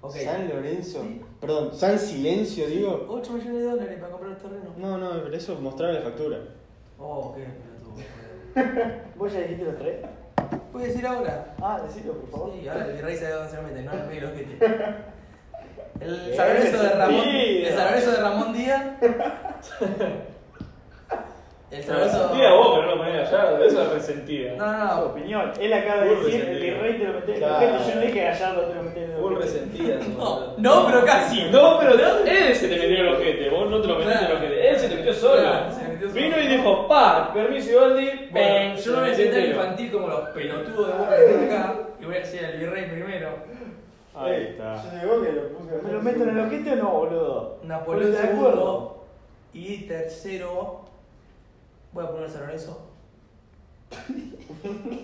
Ok. San Lorenzo. Sí. Perdón, San Silencio, digo. 8 millones de dólares para comprar el terreno. No, no, pero eso mostraba la factura. Oh, qué pelotudo. ¿Vos ya dijiste los tres? ¿Puedes decir ahora? Ah, decilo, por favor. Sí, ahora el rey sabe dónde se mete, no el medio que tiene. El San Lorenzo de Ramón. El San Lorenzo de Ramón Díaz. El San Lorenzo. Sentía vos, pero no lo ponés allá, eso es resentida. No, no, no. Opinión, él acaba de Full decir el resentido. que rey te lo metió. Claro. Gente, Yo no dije Gallardo te lo metió. Full resentida. esa No, boluda. no, pero casi. No, pero no, él se te metió en el ojete, vos no te lo metiste en el Claro. ojete, él se te metió solo. Claro, se metió solo. Vino y dijo, pa, permiso Ibaldi, Bueno, bang, yo no voy a se ser tan entero. infantil como los pelotudos de Boca que están acá. Y voy a decir al virrey primero. Ahí Eh, está. Yo digo que lo puse. ¿Me lo meto en el ojete o no, boludo? Napoleón ¿Estás de acuerdo? segundo. Y tercero. Voy a poner San Lorenzo.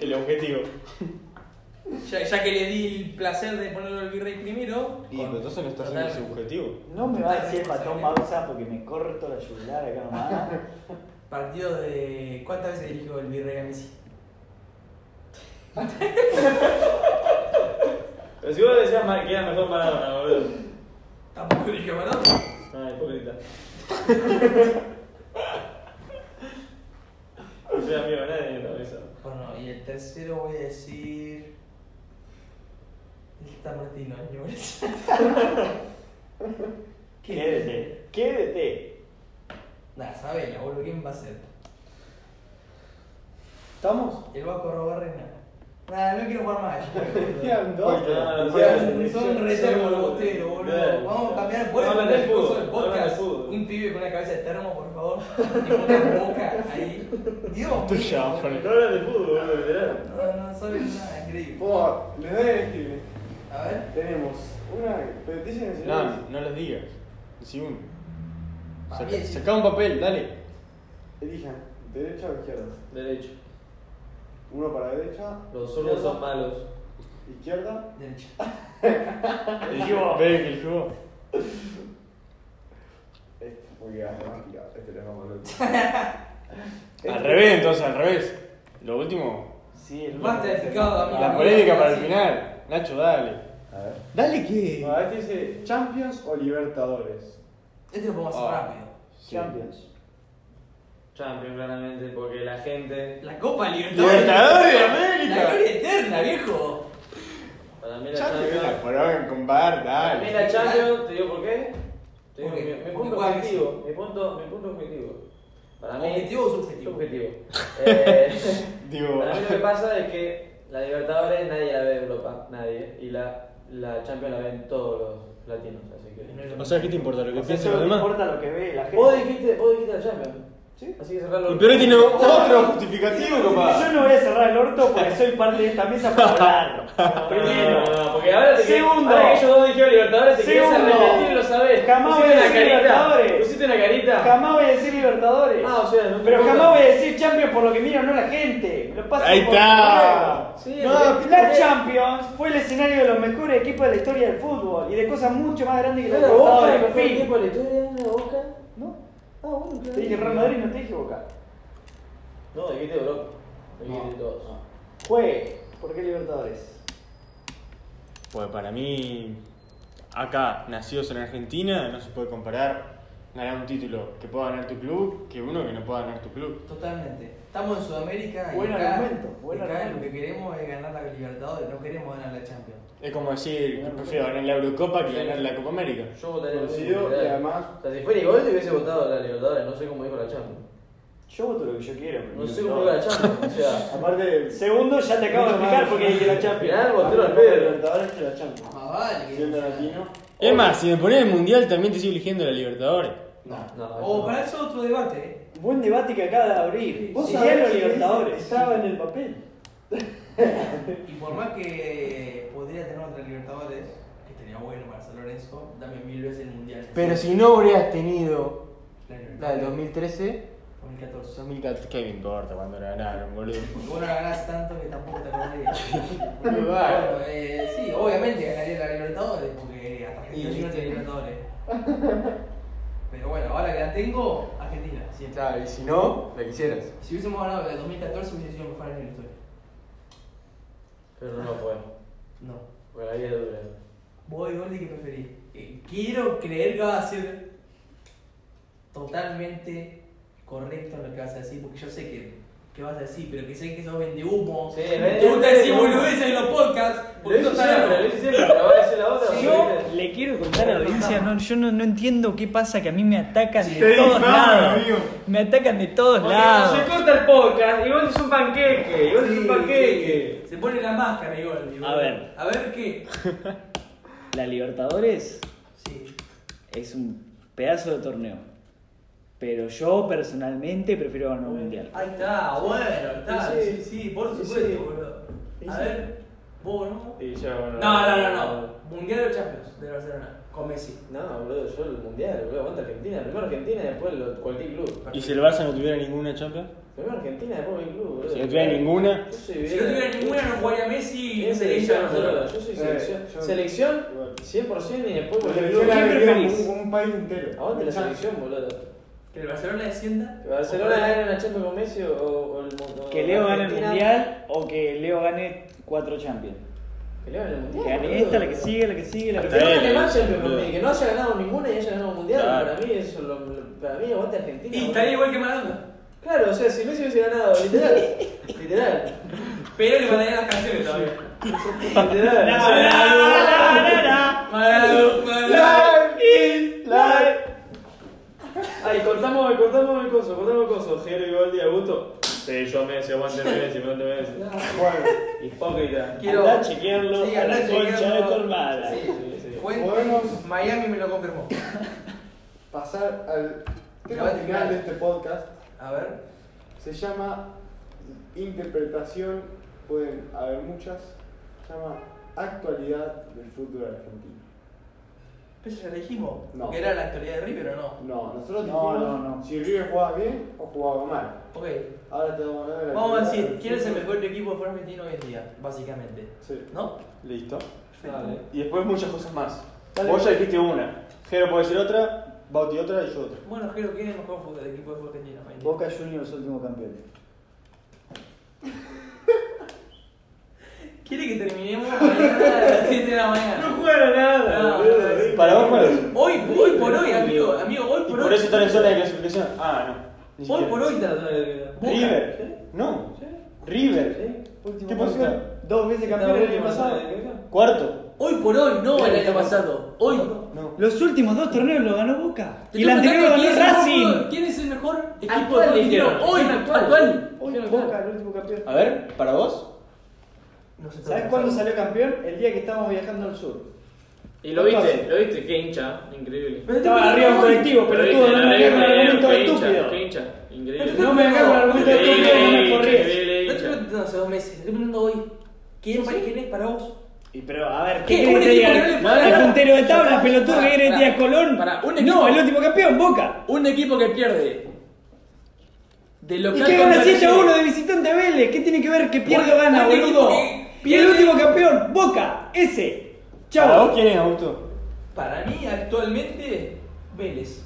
El objetivo. Ya, ya que le di el placer de ponerlo al virrey primero. Y pero entonces no está haciendo su objetivo. No me va a decir patón pausa porque me corto la yugular acá nomás. Partido de. ¿Cuántas veces dirigió el virrey a Messi? Pero si vos decías ma- que era mejor Maradona, boludo. Tampoco dirigió a Maradona. Ah, hipócrita. No soy amigo de nadie, no, eso. Bueno, y el tercero voy a decir. El Tata Martino, ¿eh? Me parece. este? Quédate, quédate. Nah, Sabela, boludo, ¿quién va a ser? ¿Estamos? El Vasco Robarrena. Nah, no quiero jugar más. Decían dos. No, no, Decían- no, Son retardos los bosteros, boludo. Claro. Vamos a cambiar No hablan de el fútbol, curso del no hablan de podcast. fútbol. Un pibe con una cabeza de termo, por favor. Y una boca ahí. Dios Estoy ya, mío. Juan. No hablan de fútbol, boludo, literal. No, no sabe nada, increíble. Por, les doy a elegir. A ver. Tenemos una petición No, nacional. no los digas. Decí uno. Ah, Saca, bien. saca un papel, dale. Elijan, derecha o izquierda. Derecho. Uno para derecha. Los zurdos son izquierda, malos. Izquierda. Derecha. El jugo. Ve que el jugo. Este, porque además, mira, este lo vamos a ver. Este- Al revés, entonces, al revés. Lo último. Sí, el Ah, Basta de picado, amigo. Ah, La polémica para el final. Nacho, dale. A ver. Dale que. No, este dice Champions o Libertadores. Este lo podemos hacer Ah. rápido. Champions. Champions, claramente, porque la gente. La Copa Libertadores. Libertadores de La América. gloria eterna, viejo. Para mí la Champions. Champions. La poronga, compadre, Para mí dale. la Champions, te digo por qué. Te digo Porque- mi, mi porque punto juega objetivo. Mi punto, mi punto objetivo. Para mí. ¿Objetivo o subjetivo? Subjetivo. Eh, Digo. para mí lo que pasa es que la Libertadores nadie la ve en Europa, nadie. Y la, la Champions la ven todos los latinos, así que. O sea, ¿qué te importa lo que O sea, piensen solo los te demás? importa lo que ve la gente. Vos dijiste, vos dijiste la Champions. Sí. Así que cerralo. Y pero él tiene otro justificativo, Yo compadre. no voy a cerrar el orto porque soy parte de esta mesa para hablar. No, Primero. no, no, porque ahora te querés- Segundo. ahora que ellos dos dijeron Libertadores, te querés Segundo. arrepentir y lo sabés. Jamás Pusiste voy a una decir carita. Libertadores. Pusiste una carita. Jamás voy a decir Libertadores. Ah, o sea, no te pero importa. jamás voy a decir Champions por lo que mira o no la gente. Me lo paso Ahí por está. el Sí, huevo. porque- la porque- Champions fue el escenario de los mejores equipos de la historia del fútbol y de cosas mucho más grandes que la Pero Boca, Libertadores. el en mejor fin. equipo de la historia, ¿no? Boca. ¿No? Ah, bueno, claro. Te dije Real Madrid, no te dije Boca. No, dijiste Europa. Dijiste todos. Juegue. ¿Por qué Libertadores? Pues para mí, acá, nacidos en Argentina, no se puede comparar ganar un título que pueda ganar tu club que uno que no pueda ganar tu club. Totalmente. Estamos en Sudamérica y Buen acá, argumento, buen y acá argumento. lo que queremos es ganar la Libertadores, no queremos ganar la Champions. Es como decir, que prefiero ganar la Eurocopa que ganar la Copa América. Yo votaría Coincido, Libertadores. y además- O sea, si fuera igual te hubiese votado la Libertadores, no sé cómo dijo la Champions. Yo voto lo que yo quiero. pero No sé no. cómo iba la Champions, o sea. Aparte, Segundo, ya te acabo de explicar porque dije la Al Champions. final Aparte, votó al no, Pedro. Libertadores que la Champions. Más vale que Siendo no sea. latino. Es más, si me pones el mundial también te sigo eligiendo la Libertadores. No. O para eso otro debate, ¿eh? Buen debate que acaba de abrir. Vos Serían sabés los que Libertadores. Estaba en el papel. Y por más que podría tener otra Libertadores, que estaría bueno para San Lorenzo, dame mil veces el Mundial. Pero si no hubieras tenido La la del Libertadores 2013, 2014. 2014, ¿qué me importa cuando la ganaron, boludo? Porque vos no la ganás tanto que tampoco te acordás de Muy Bueno, eh, sí, obviamente ganaría la Libertadores, porque hasta Argentina Y sí no tiene Libertadores. Pero bueno, ahora que la tengo, Argentina, siempre. Claro, y si no, la quisieras. Si hubiésemos ganado la del 2014, hubiese sido mejor año de la historia. Pero no fue. No. Porque la vida es dura. Voy, Gordy, que preferís? Eh, Quiero creer que va a ser totalmente correcto en lo que vas a decir, porque yo sé que, que vas a decir, pero que sé que sos vende humo. Sí, te gusta decir humo. boludeces en los podcasts. Lo porque hice sos tarado. siempre, lo hice siempre, pero ahora hice la otra. Sí, porque- Le quiero contar a la audiencia, no, yo no, no entiendo qué pasa, que a mí me atacan de Te todos difaman, lados. amigo. Me atacan de todos Porque lados. Se corta el podcast y vos es un panqueque. Y vos es un Sí, panqueque. sí. Se pone la máscara, y Gordy. A ver. A ver qué. La Libertadores Sí. es un pedazo de torneo. Pero yo personalmente prefiero ganar un mundial. Ahí está, bueno, está. Sí, Sí, sí, por sí. supuesto, boludo. A Sí. ver, vos, ¿no? Y yo, bueno, No, no, no, no. Mundial de Champions de Barcelona, con Messi. No, boludo, yo el mundial, boludo, aguanta Argentina. Primero Argentina y después lo- cualquier club. ¿Y si el Barça no tuviera ninguna Champions? Primero Argentina y después cualquier club, boludo. Si no tuviera ninguna. Yo soy Si no tuviera bien- ninguna, no jugaría Messi y Bien no selección. selección, boludo. Yo soy Eh, selección. yo- Selección, 100% y después La cualquier selección club. la preferís? vendió un, un país entero. Aguante la selección, boludo. Que el Barcelona descienda. Que Barcelona gane una Champions con Messi o, o el mundo. Que Leo gane el mundial o que Leo gane cuatro champions. Que Leo gane el Que mundial. gane boludo. esta, la que sigue, la que sigue, la que Que no sigue. gane más Está bien, Champions boludo. conmigo, que no haya ganado ninguna y haya ganado un mundial, Claro. para mí eso lo, lo- para mí aguante Argentina. Y boludo. estaría igual que Maradona. Claro, o sea, si Messi hubiese ganado, literal, literal, Pero le mandaría las canciones todavía. literal. La, la, la, la, la. Maradona, Maradona. Live Ay, cortamos, cortamos el coso, cortamos el coso. Jero y Goldi, Augusto. Sí, yo Messi, aguante Messi, aguante Messi. Bueno, Hipócrita. Quiero. Andá a chequearlo Sí, a andá la a chequearlo. concha de tu hermana. Sí. Sí, sí. Fue Podemos- en Miami me lo confirmó. pasar al tema Debate final final. de este podcast. A ver. Se llama interpretación, pueden haber muchas. Se llama actualidad del fútbol argentino. Pero ya lo dijimos. No. Que era la actualidad de River o no. No, nosotros No, dijimos no, no. si River jugaba bien o jugaba mal. Ok. Ahora te vamos a hablar de la Vamos a actualidad decir, del ¿quién es el fútbol. mejor equipo de fútbol argentino hoy en día? Básicamente. Sí. ¿No? Listo. Dale. Y después muchas cosas más. Dale. Vos ya dijiste una. Jero puede decir otra, Bauti otra y yo otra. Bueno, creo que es el mejor fútbol- el equipo de fútbol argentino hoy en día. Boca Juniors último campeón. ¿Quiere que terminemos mañana a las 7 de la mañana? No juega nada, No, boludo. no, River. Para vos, ¿cuál es? Hoy, hoy por hoy, amigo, amigo, hoy Y por por hoy. eso están en zona de clasificación. Ah, no. Ni Hoy siquiera. por hoy. eh, Boca. River. No. River. ¿Qué posición? Dos veces Campeón campeón. del año pasado. Cuarto. Hoy por hoy, no el año pasado. Hoy. No. Los últimos dos torneos lo ganó Boca. Te Y el tengo anterior que lo aclarar ganó quién es el mejor- Racing. ¿Quién es el mejor equipo de Actual, argentino? dijeron. Hoy, Actual. actual. Hoy Boca, el último campeón. A ver, ¿para vos? No se ¿Sabes toca. cuándo salió campeón? El día que estábamos viajando al sur. Y lo viste, lo viste, qué hincha, increíble. Pero te Estaba tengo arriba de un hoy. colectivo, pelotudo, no me vengas con argumentos Qué estúpidos. hincha, Pero increíble. te No me vengas con argumentos estúpidos, no me corrijas. Increíble No te hincha. pregunto hace dos meses, te estoy preguntando hoy. ¿Quién, ¿Quién es para vos? Y pero, a ver, ¿Qué? ¿qué Un querés que te equipo diga? que no le paga El nada. puntero de tabla, pelotudo, Pará, ¿qué querés que te diga pará. Colón? Pará, un No, equipo- el último campeón, Boca. Un equipo que pierde. De ¿Y local qué gana contra 7 a River. 1 de visitante a Vélez? ¿Qué tiene que ver que pierda o Bueno, gana, un equipo boludo? que Y el pierde- último campeón, Boca, ese. ¿Para vos Chao. quién es, Augusto? Para mí, actualmente, Vélez.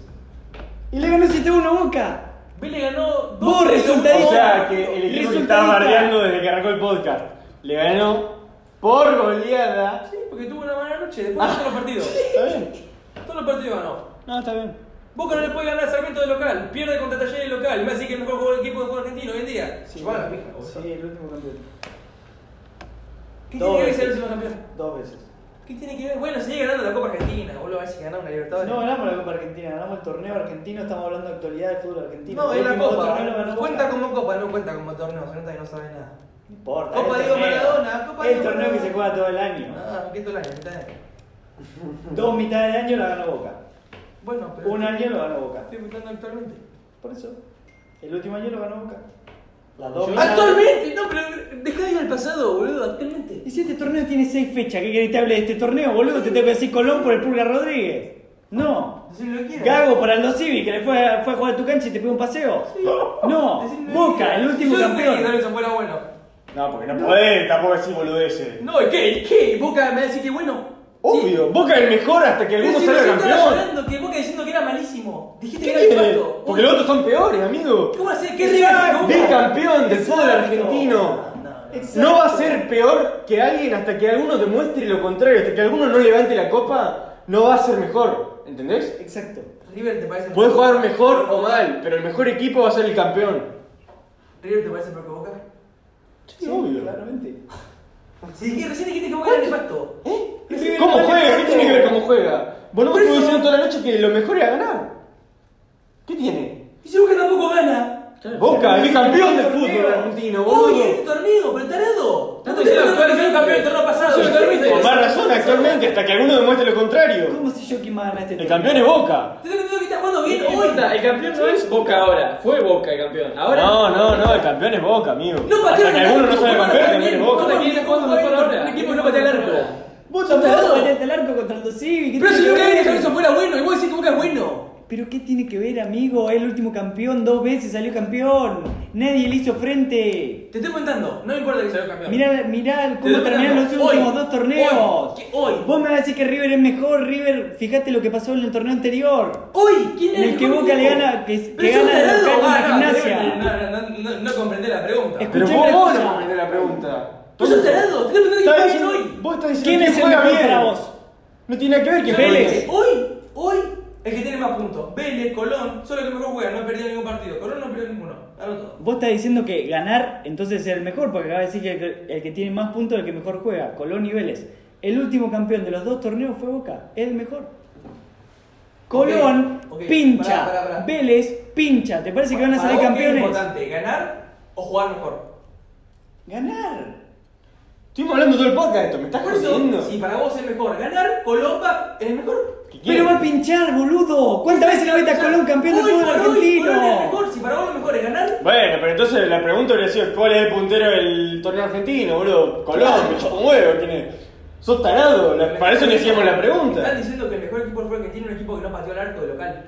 Y le ganó 7 a 1 a Boca. Vélez ganó Vos dos resultadista. O sea, que el equipo que estaba Resultadista. bardeando desde que arrancó el podcast le ganó por goleada. Sí, porque tuvo una mala noche. Ah. Después de todos los partidos. ¿Está bien? Todos los partidos ganó. No, está bien. Boca no le puede ganar a Sarmiento de local. Pierde contra Talleres de local. Me hace que el mejor jugador- equipo de fútbol argentino hoy en día. Sí, Chupala, pija, sí, boludo. el último campeón. ¿Qué Dos tiene que ver veces. ser el último campeón? Dos veces. ¿Qué tiene que ver? Bueno, sigue ganando la Copa Argentina, boludo, a ver si gana una Libertadores. No ganamos la Copa Argentina, ganamos el torneo argentino, estamos hablando de actualidad del fútbol argentino. No, El es la último Copa. torneo lo ganó Cuenta Boca. como Copa, no cuenta como torneo, se nota que no sabe nada. No importa. Copa es el Diego torneo. Maradona, Copa Es el Diego torneo que Maradona. se juega todo el año. Ah, ¿qué es el año? ¿Qué tal? Dos mitades de año la ganó Boca. Bueno, pero. este Un año lo ganó Boca. Estoy preguntando actualmente. Por eso. El último año lo ganó Boca. Las dos mitades- ¡Actualmente! No, pero dejá de ir al pasado, boludo, actualmente. Y si este torneo tiene seis fechas, ¿qué querés que te hable de este torneo, boludo? ¿Te tengo que decir Colón por el Pulga Rodríguez? No. Decir lo que quieras. Gago por Aldo Civi, que le fue, a- fue a jugar a tu cancha y te pegó un paseo. No. Boca, el último Yo no quería que campeón. Lorenzo fuera bueno. No, porque no podés tampoco decir boludeces. No, ¿y qué? ¿Y qué? ¿Boca me va a decir que bueno? Obvio, Boca es el mejor hasta que Pero alguno si salga recién estaba campeón. llorando, que Boca diciendo que era malísimo. Dijiste ¿Qué que era tiene? nefasto. Porque los otros son peores, amigo. ¿Cómo va a ser? ¿Qué rival que Del Boca? campeón del fútbol Exacto. argentino. No, no, no. No va a ser peor que alguien hasta que alguno demuestre lo contrario, hasta que alguno no levante la copa, no va a ser mejor, ¿entendés? Exacto. River te parece Puedes jugar mejor o mal, pero el mejor equipo va a ser el campeón. River te parece peor que Boca. Sí, obvio. Claramente. Si que recién dijiste que Boca era nefasto. River ¿Eh? ¿Cómo vale juega? ¿Qué tanto. tiene que ver cómo juega? Vos no Por estuvo eso- diciendo toda la noche que lo mejor era ganar. ¿Qué tiene? Y si Boca tampoco gana. Boca, el campeón del fútbol Torneo. argentino, Uy, este boludo. torneo, pero tarado. Tanto que era que actualmente. campeón del torneo pasado. Tanto que era Con más razón actualmente, hasta que alguno demuestre lo contrario. ¿Cómo sé yo quién va a ganar este El torneo? campeón es Boca. Te digo que estás jugando bien No hoy. importa, el campeón no es Boca ahora, fue Boca el campeón. Ahora No, no, no, el campeón es Boca, amigo. No patea Hasta que el alguno no arco, sabe no campeón, el patea campeón es bien, Boca. no Boca quiere jugar mejor ahora. Un equipo que no patea el arco. sos Vos tampoco tarado. pateaste el arco contra Aldo Civi. ¿qué Pero si tiene Boca que era ver? que Lorenzo fuera bueno, y vos decís que Boca es bueno. Pero ¿qué tiene que ver, amigo? Es el último campeón, dos veces salió campeón. Nadie le hizo frente. Te estoy contando, no me importa que salió campeón. Mirá, mirá Te cómo doy terminaron los una- últimos hoy, dos torneos. hoy, que hoy. Vos me vas a decir que River es mejor, River, fíjate lo que pasó en el torneo anterior. Hoy, ¿quién es En el que mejor Boca le equipo? gana, que, Pero que sos gana el tarado. local Ah, contra no, gimnasia. No, no, no, no, no comprendés la pregunta. Escu- Pero Escuchame vos, una vos cosa. no comprendés la pregunta. Vos sos tarado, te estoy contando Está que bien, juegan hoy. Vos estás diciendo ¿Quién que es el juega mejor bien. para vos? No tiene nada que ver quién Vélez. juega bien. Hoy, hoy, el que tiene más puntos. Vélez, Colón, solo que mejor juega, no ha perdido ningún partido. Colón no perdió ninguno. Ganó todo. Vos estás diciendo que ganar entonces es el mejor, porque acaba de decir que el, que el que tiene más puntos es el que mejor juega, Colón y Vélez. El último campeón de los dos torneos fue Boca, es el mejor. Colón ok, pincha, pará, pará, pará. Vélez pincha. ¿Te parece que van a Para salir vos, ¿qué Es campeones? importante, ganar o jugar mejor. Ganar. Estuvimos hablando todo el podcast de esto, me estás Por eso, jodiendo. si para vos es mejor ganar, Colón va, es el mejor. ¿Qué Pero quiere? va a pinchar, boludo. ¿Cuántas veces lo viste a Colón campeón del Hoy fútbol por hoy, Colón es el argentino? mejor, si para vos lo mejor es ganar, Bueno, pero entonces la pregunta hubiera sido: ¿cuál es el puntero del torneo argentino, boludo? Colón, me chupa un huevo, ¿quién es? Sos tarado, la- para eso le hacíamos la Están pregunta. diciendo que el mejor equipo fue el que tiene un equipo que no pateó el arco de local.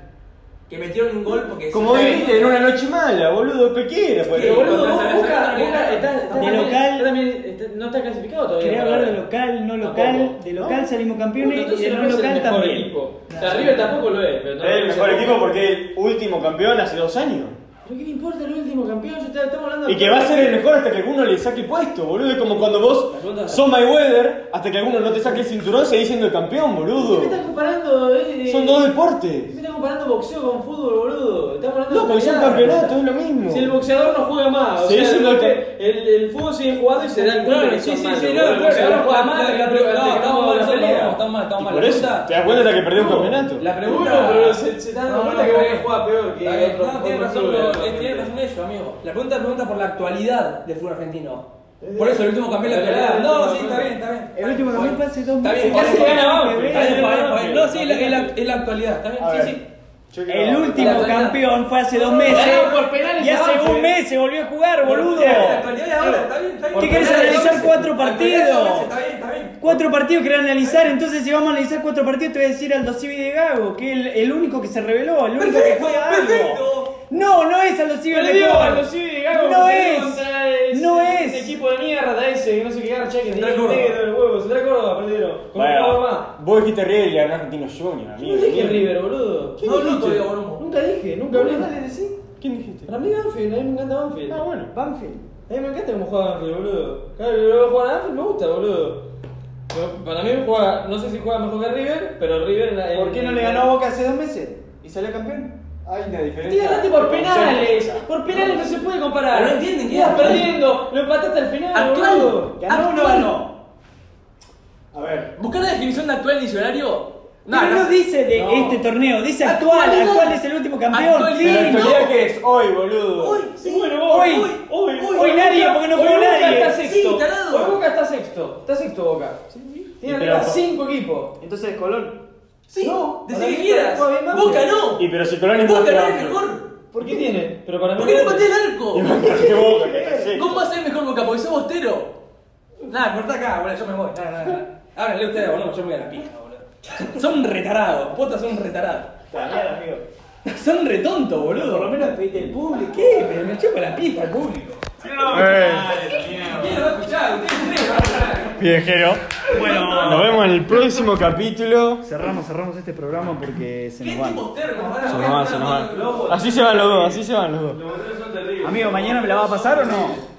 Que metieron un gol porque. Como hoy viste, en una noche mala, boludo, cualquiera, Pero, boludo. boludo, vos, Boca- Boca- De local- no está clasificado todavía. Quería para hablar de ahora. local, no local. Tampoco. De local salimos Bueno, campeones y entonces de no es no el local mejor también. equipo. O sea, River tampoco lo es, pero Es tampoco el mejor es equipo porque es el último campeón hace dos años. ¿Pero qué me importa el último campeón? Yo te- estamos hablando de- Y que va a ser el mejor hasta que alguno le saque el puesto, boludo. Es como cuando vos sos my weather, hasta que alguno no te saque el cinturón, seguís siendo el campeón, ¿Qué me boludo. estás comparando? eh? Son dos Me deportes. estás comparando boxeo con fútbol, boludo. Estamos hablando No, de porque son pelear. campeonatos, es lo mismo. Si el boxeador no juega más, o Sí, sea, sí, el, lo boxe- el- el fútbol sigue jugando y se dan cuenta que sí, son sí, malos, sí, no, boludo. el claro, boxeador juega no, más, no, que la no, pelota, no, que estamos acabamos mal, la estamos mal, pelea. estamos mal, estamos Y mal. por La eso, pregunta- te das cuenta hasta que perdés un campeonato. La Seguro, pregunta. pero se, se dan No, cuenta no, que no. nadie juega peor que Está bien, Eh, otro- no, tiene otro razón, club, pero, básicamente. eh, tiene razón ellos, amigo. La pregunta pregunta por la actualidad del fútbol argentino. Por eso el último campeón eh, de la actualidad. No, sí, está bien, está bien. Eh, El último campeón fue hace dos Está meses. bien, Casi está bien, ganaba está bien, está bien, Banfield. está bien, está bien. No, sí, Banfield. la- es la- es la actualidad, A está ver. bien, sí, sí. Yo creo- El último La- campeón fue hace dos meses. Y hace un mes se volvió a jugar, boludo. La actualidad de ahora, está bien, está bien. ¿Qué querés La actualidad de analizar ahora, cuatro la actualidad de ahora, partidos? Está bien, está bien. Cuatro partidos que analizar, entonces si vamos a analizar cuatro partidos te voy a decir Aldo Civi de Gago, que es el, el único que se reveló, el único que Perfecto, juega algo. perfecto. No, no es Aldo Civi el Perdió, mejor. inclusive, digamos, no perdió es, contra ese- no ese es. equipo de mierda ese, que no sé qué garcha que Central tiene Córdoba. negro el huevo. Central Córdoba, perdieron. Con un jugador más. Bueno, vos dijiste River y ganó Argentino Junior, Yo amigo. no dije River, boludo. No, no, todavía, boludo. Nunca dije, nunca hablé. Dale, decí. ¿Quién dijiste? Para mí Banfield, a mí me encanta Banfield. Ah, bueno. Banfield. A mí me encanta cómo juega Banfield, boludo. Claro, yo veo jugar a Banfield, me gusta, boludo. Pero Para mí juega, no sé si juega mejor que River, pero River en la... en- ¿Por qué no le ganó a Boca hace dos meses? ¿Y salió campeón? Hay una Te diferencia. ganaste por penales, por penales no se puede comparar. Pero no entienden que Ibas era- perdiendo, lo empataste al final, Actual. boludo. ¿Ganó o no Actual. ganó? A ver. Buscar la definición de actual en diccionario? No, pero no, dice de este torneo, dice actual, actual, Actualidad. es el último campeón. Actualidad. fin. Pero ¿La actualidad qué es? Hoy, boludo. Uy, Sí, bueno, hoy, hoy, hoy, hoy nadie, porque no hoy jugó Boca nadie. Está sexto. Sí, tarado. Hoy Boca está sexto. Está sexto Boca. Tiene Y pero- arriba cinco equipos. Entonces, Colón. Sí, No, decí para que mí quieras. todavía más. Boca no. Y pero si Colón es más Boca que no es Banfield. mejor. ¿Por qué tiene? Pero para mí. ¿Por qué no Boca- pateé el arco? Y más que Boca, que está sexto. ¿Cómo va a ser mejor Boca? Porque sos bostero. Nada, cortá acá, boludo, yo me voy. Nada, nada, nada. Háblenle ustedes, boludo, yo me voy a la pija, boludo. Son retardados, potas son retardados. Mierda, amigo. Son retontos, boludo. Por lo menos pediste el público. ¿Qué? Me, me chupa la pija el público. ¿Quién lo va a escuchar? Ustedes tres van a escuchar. Viajero. Bueno, nos vemos en el próximo capítulo. Cerramos, cerramos este programa porque se ¿Qué nos van. tipo ternos van a Se ver? nos van, se nos van. Así se van los dos, así se van los dos. Los botones son terribles. Amigo, ¿mañana me la va a pasar o no?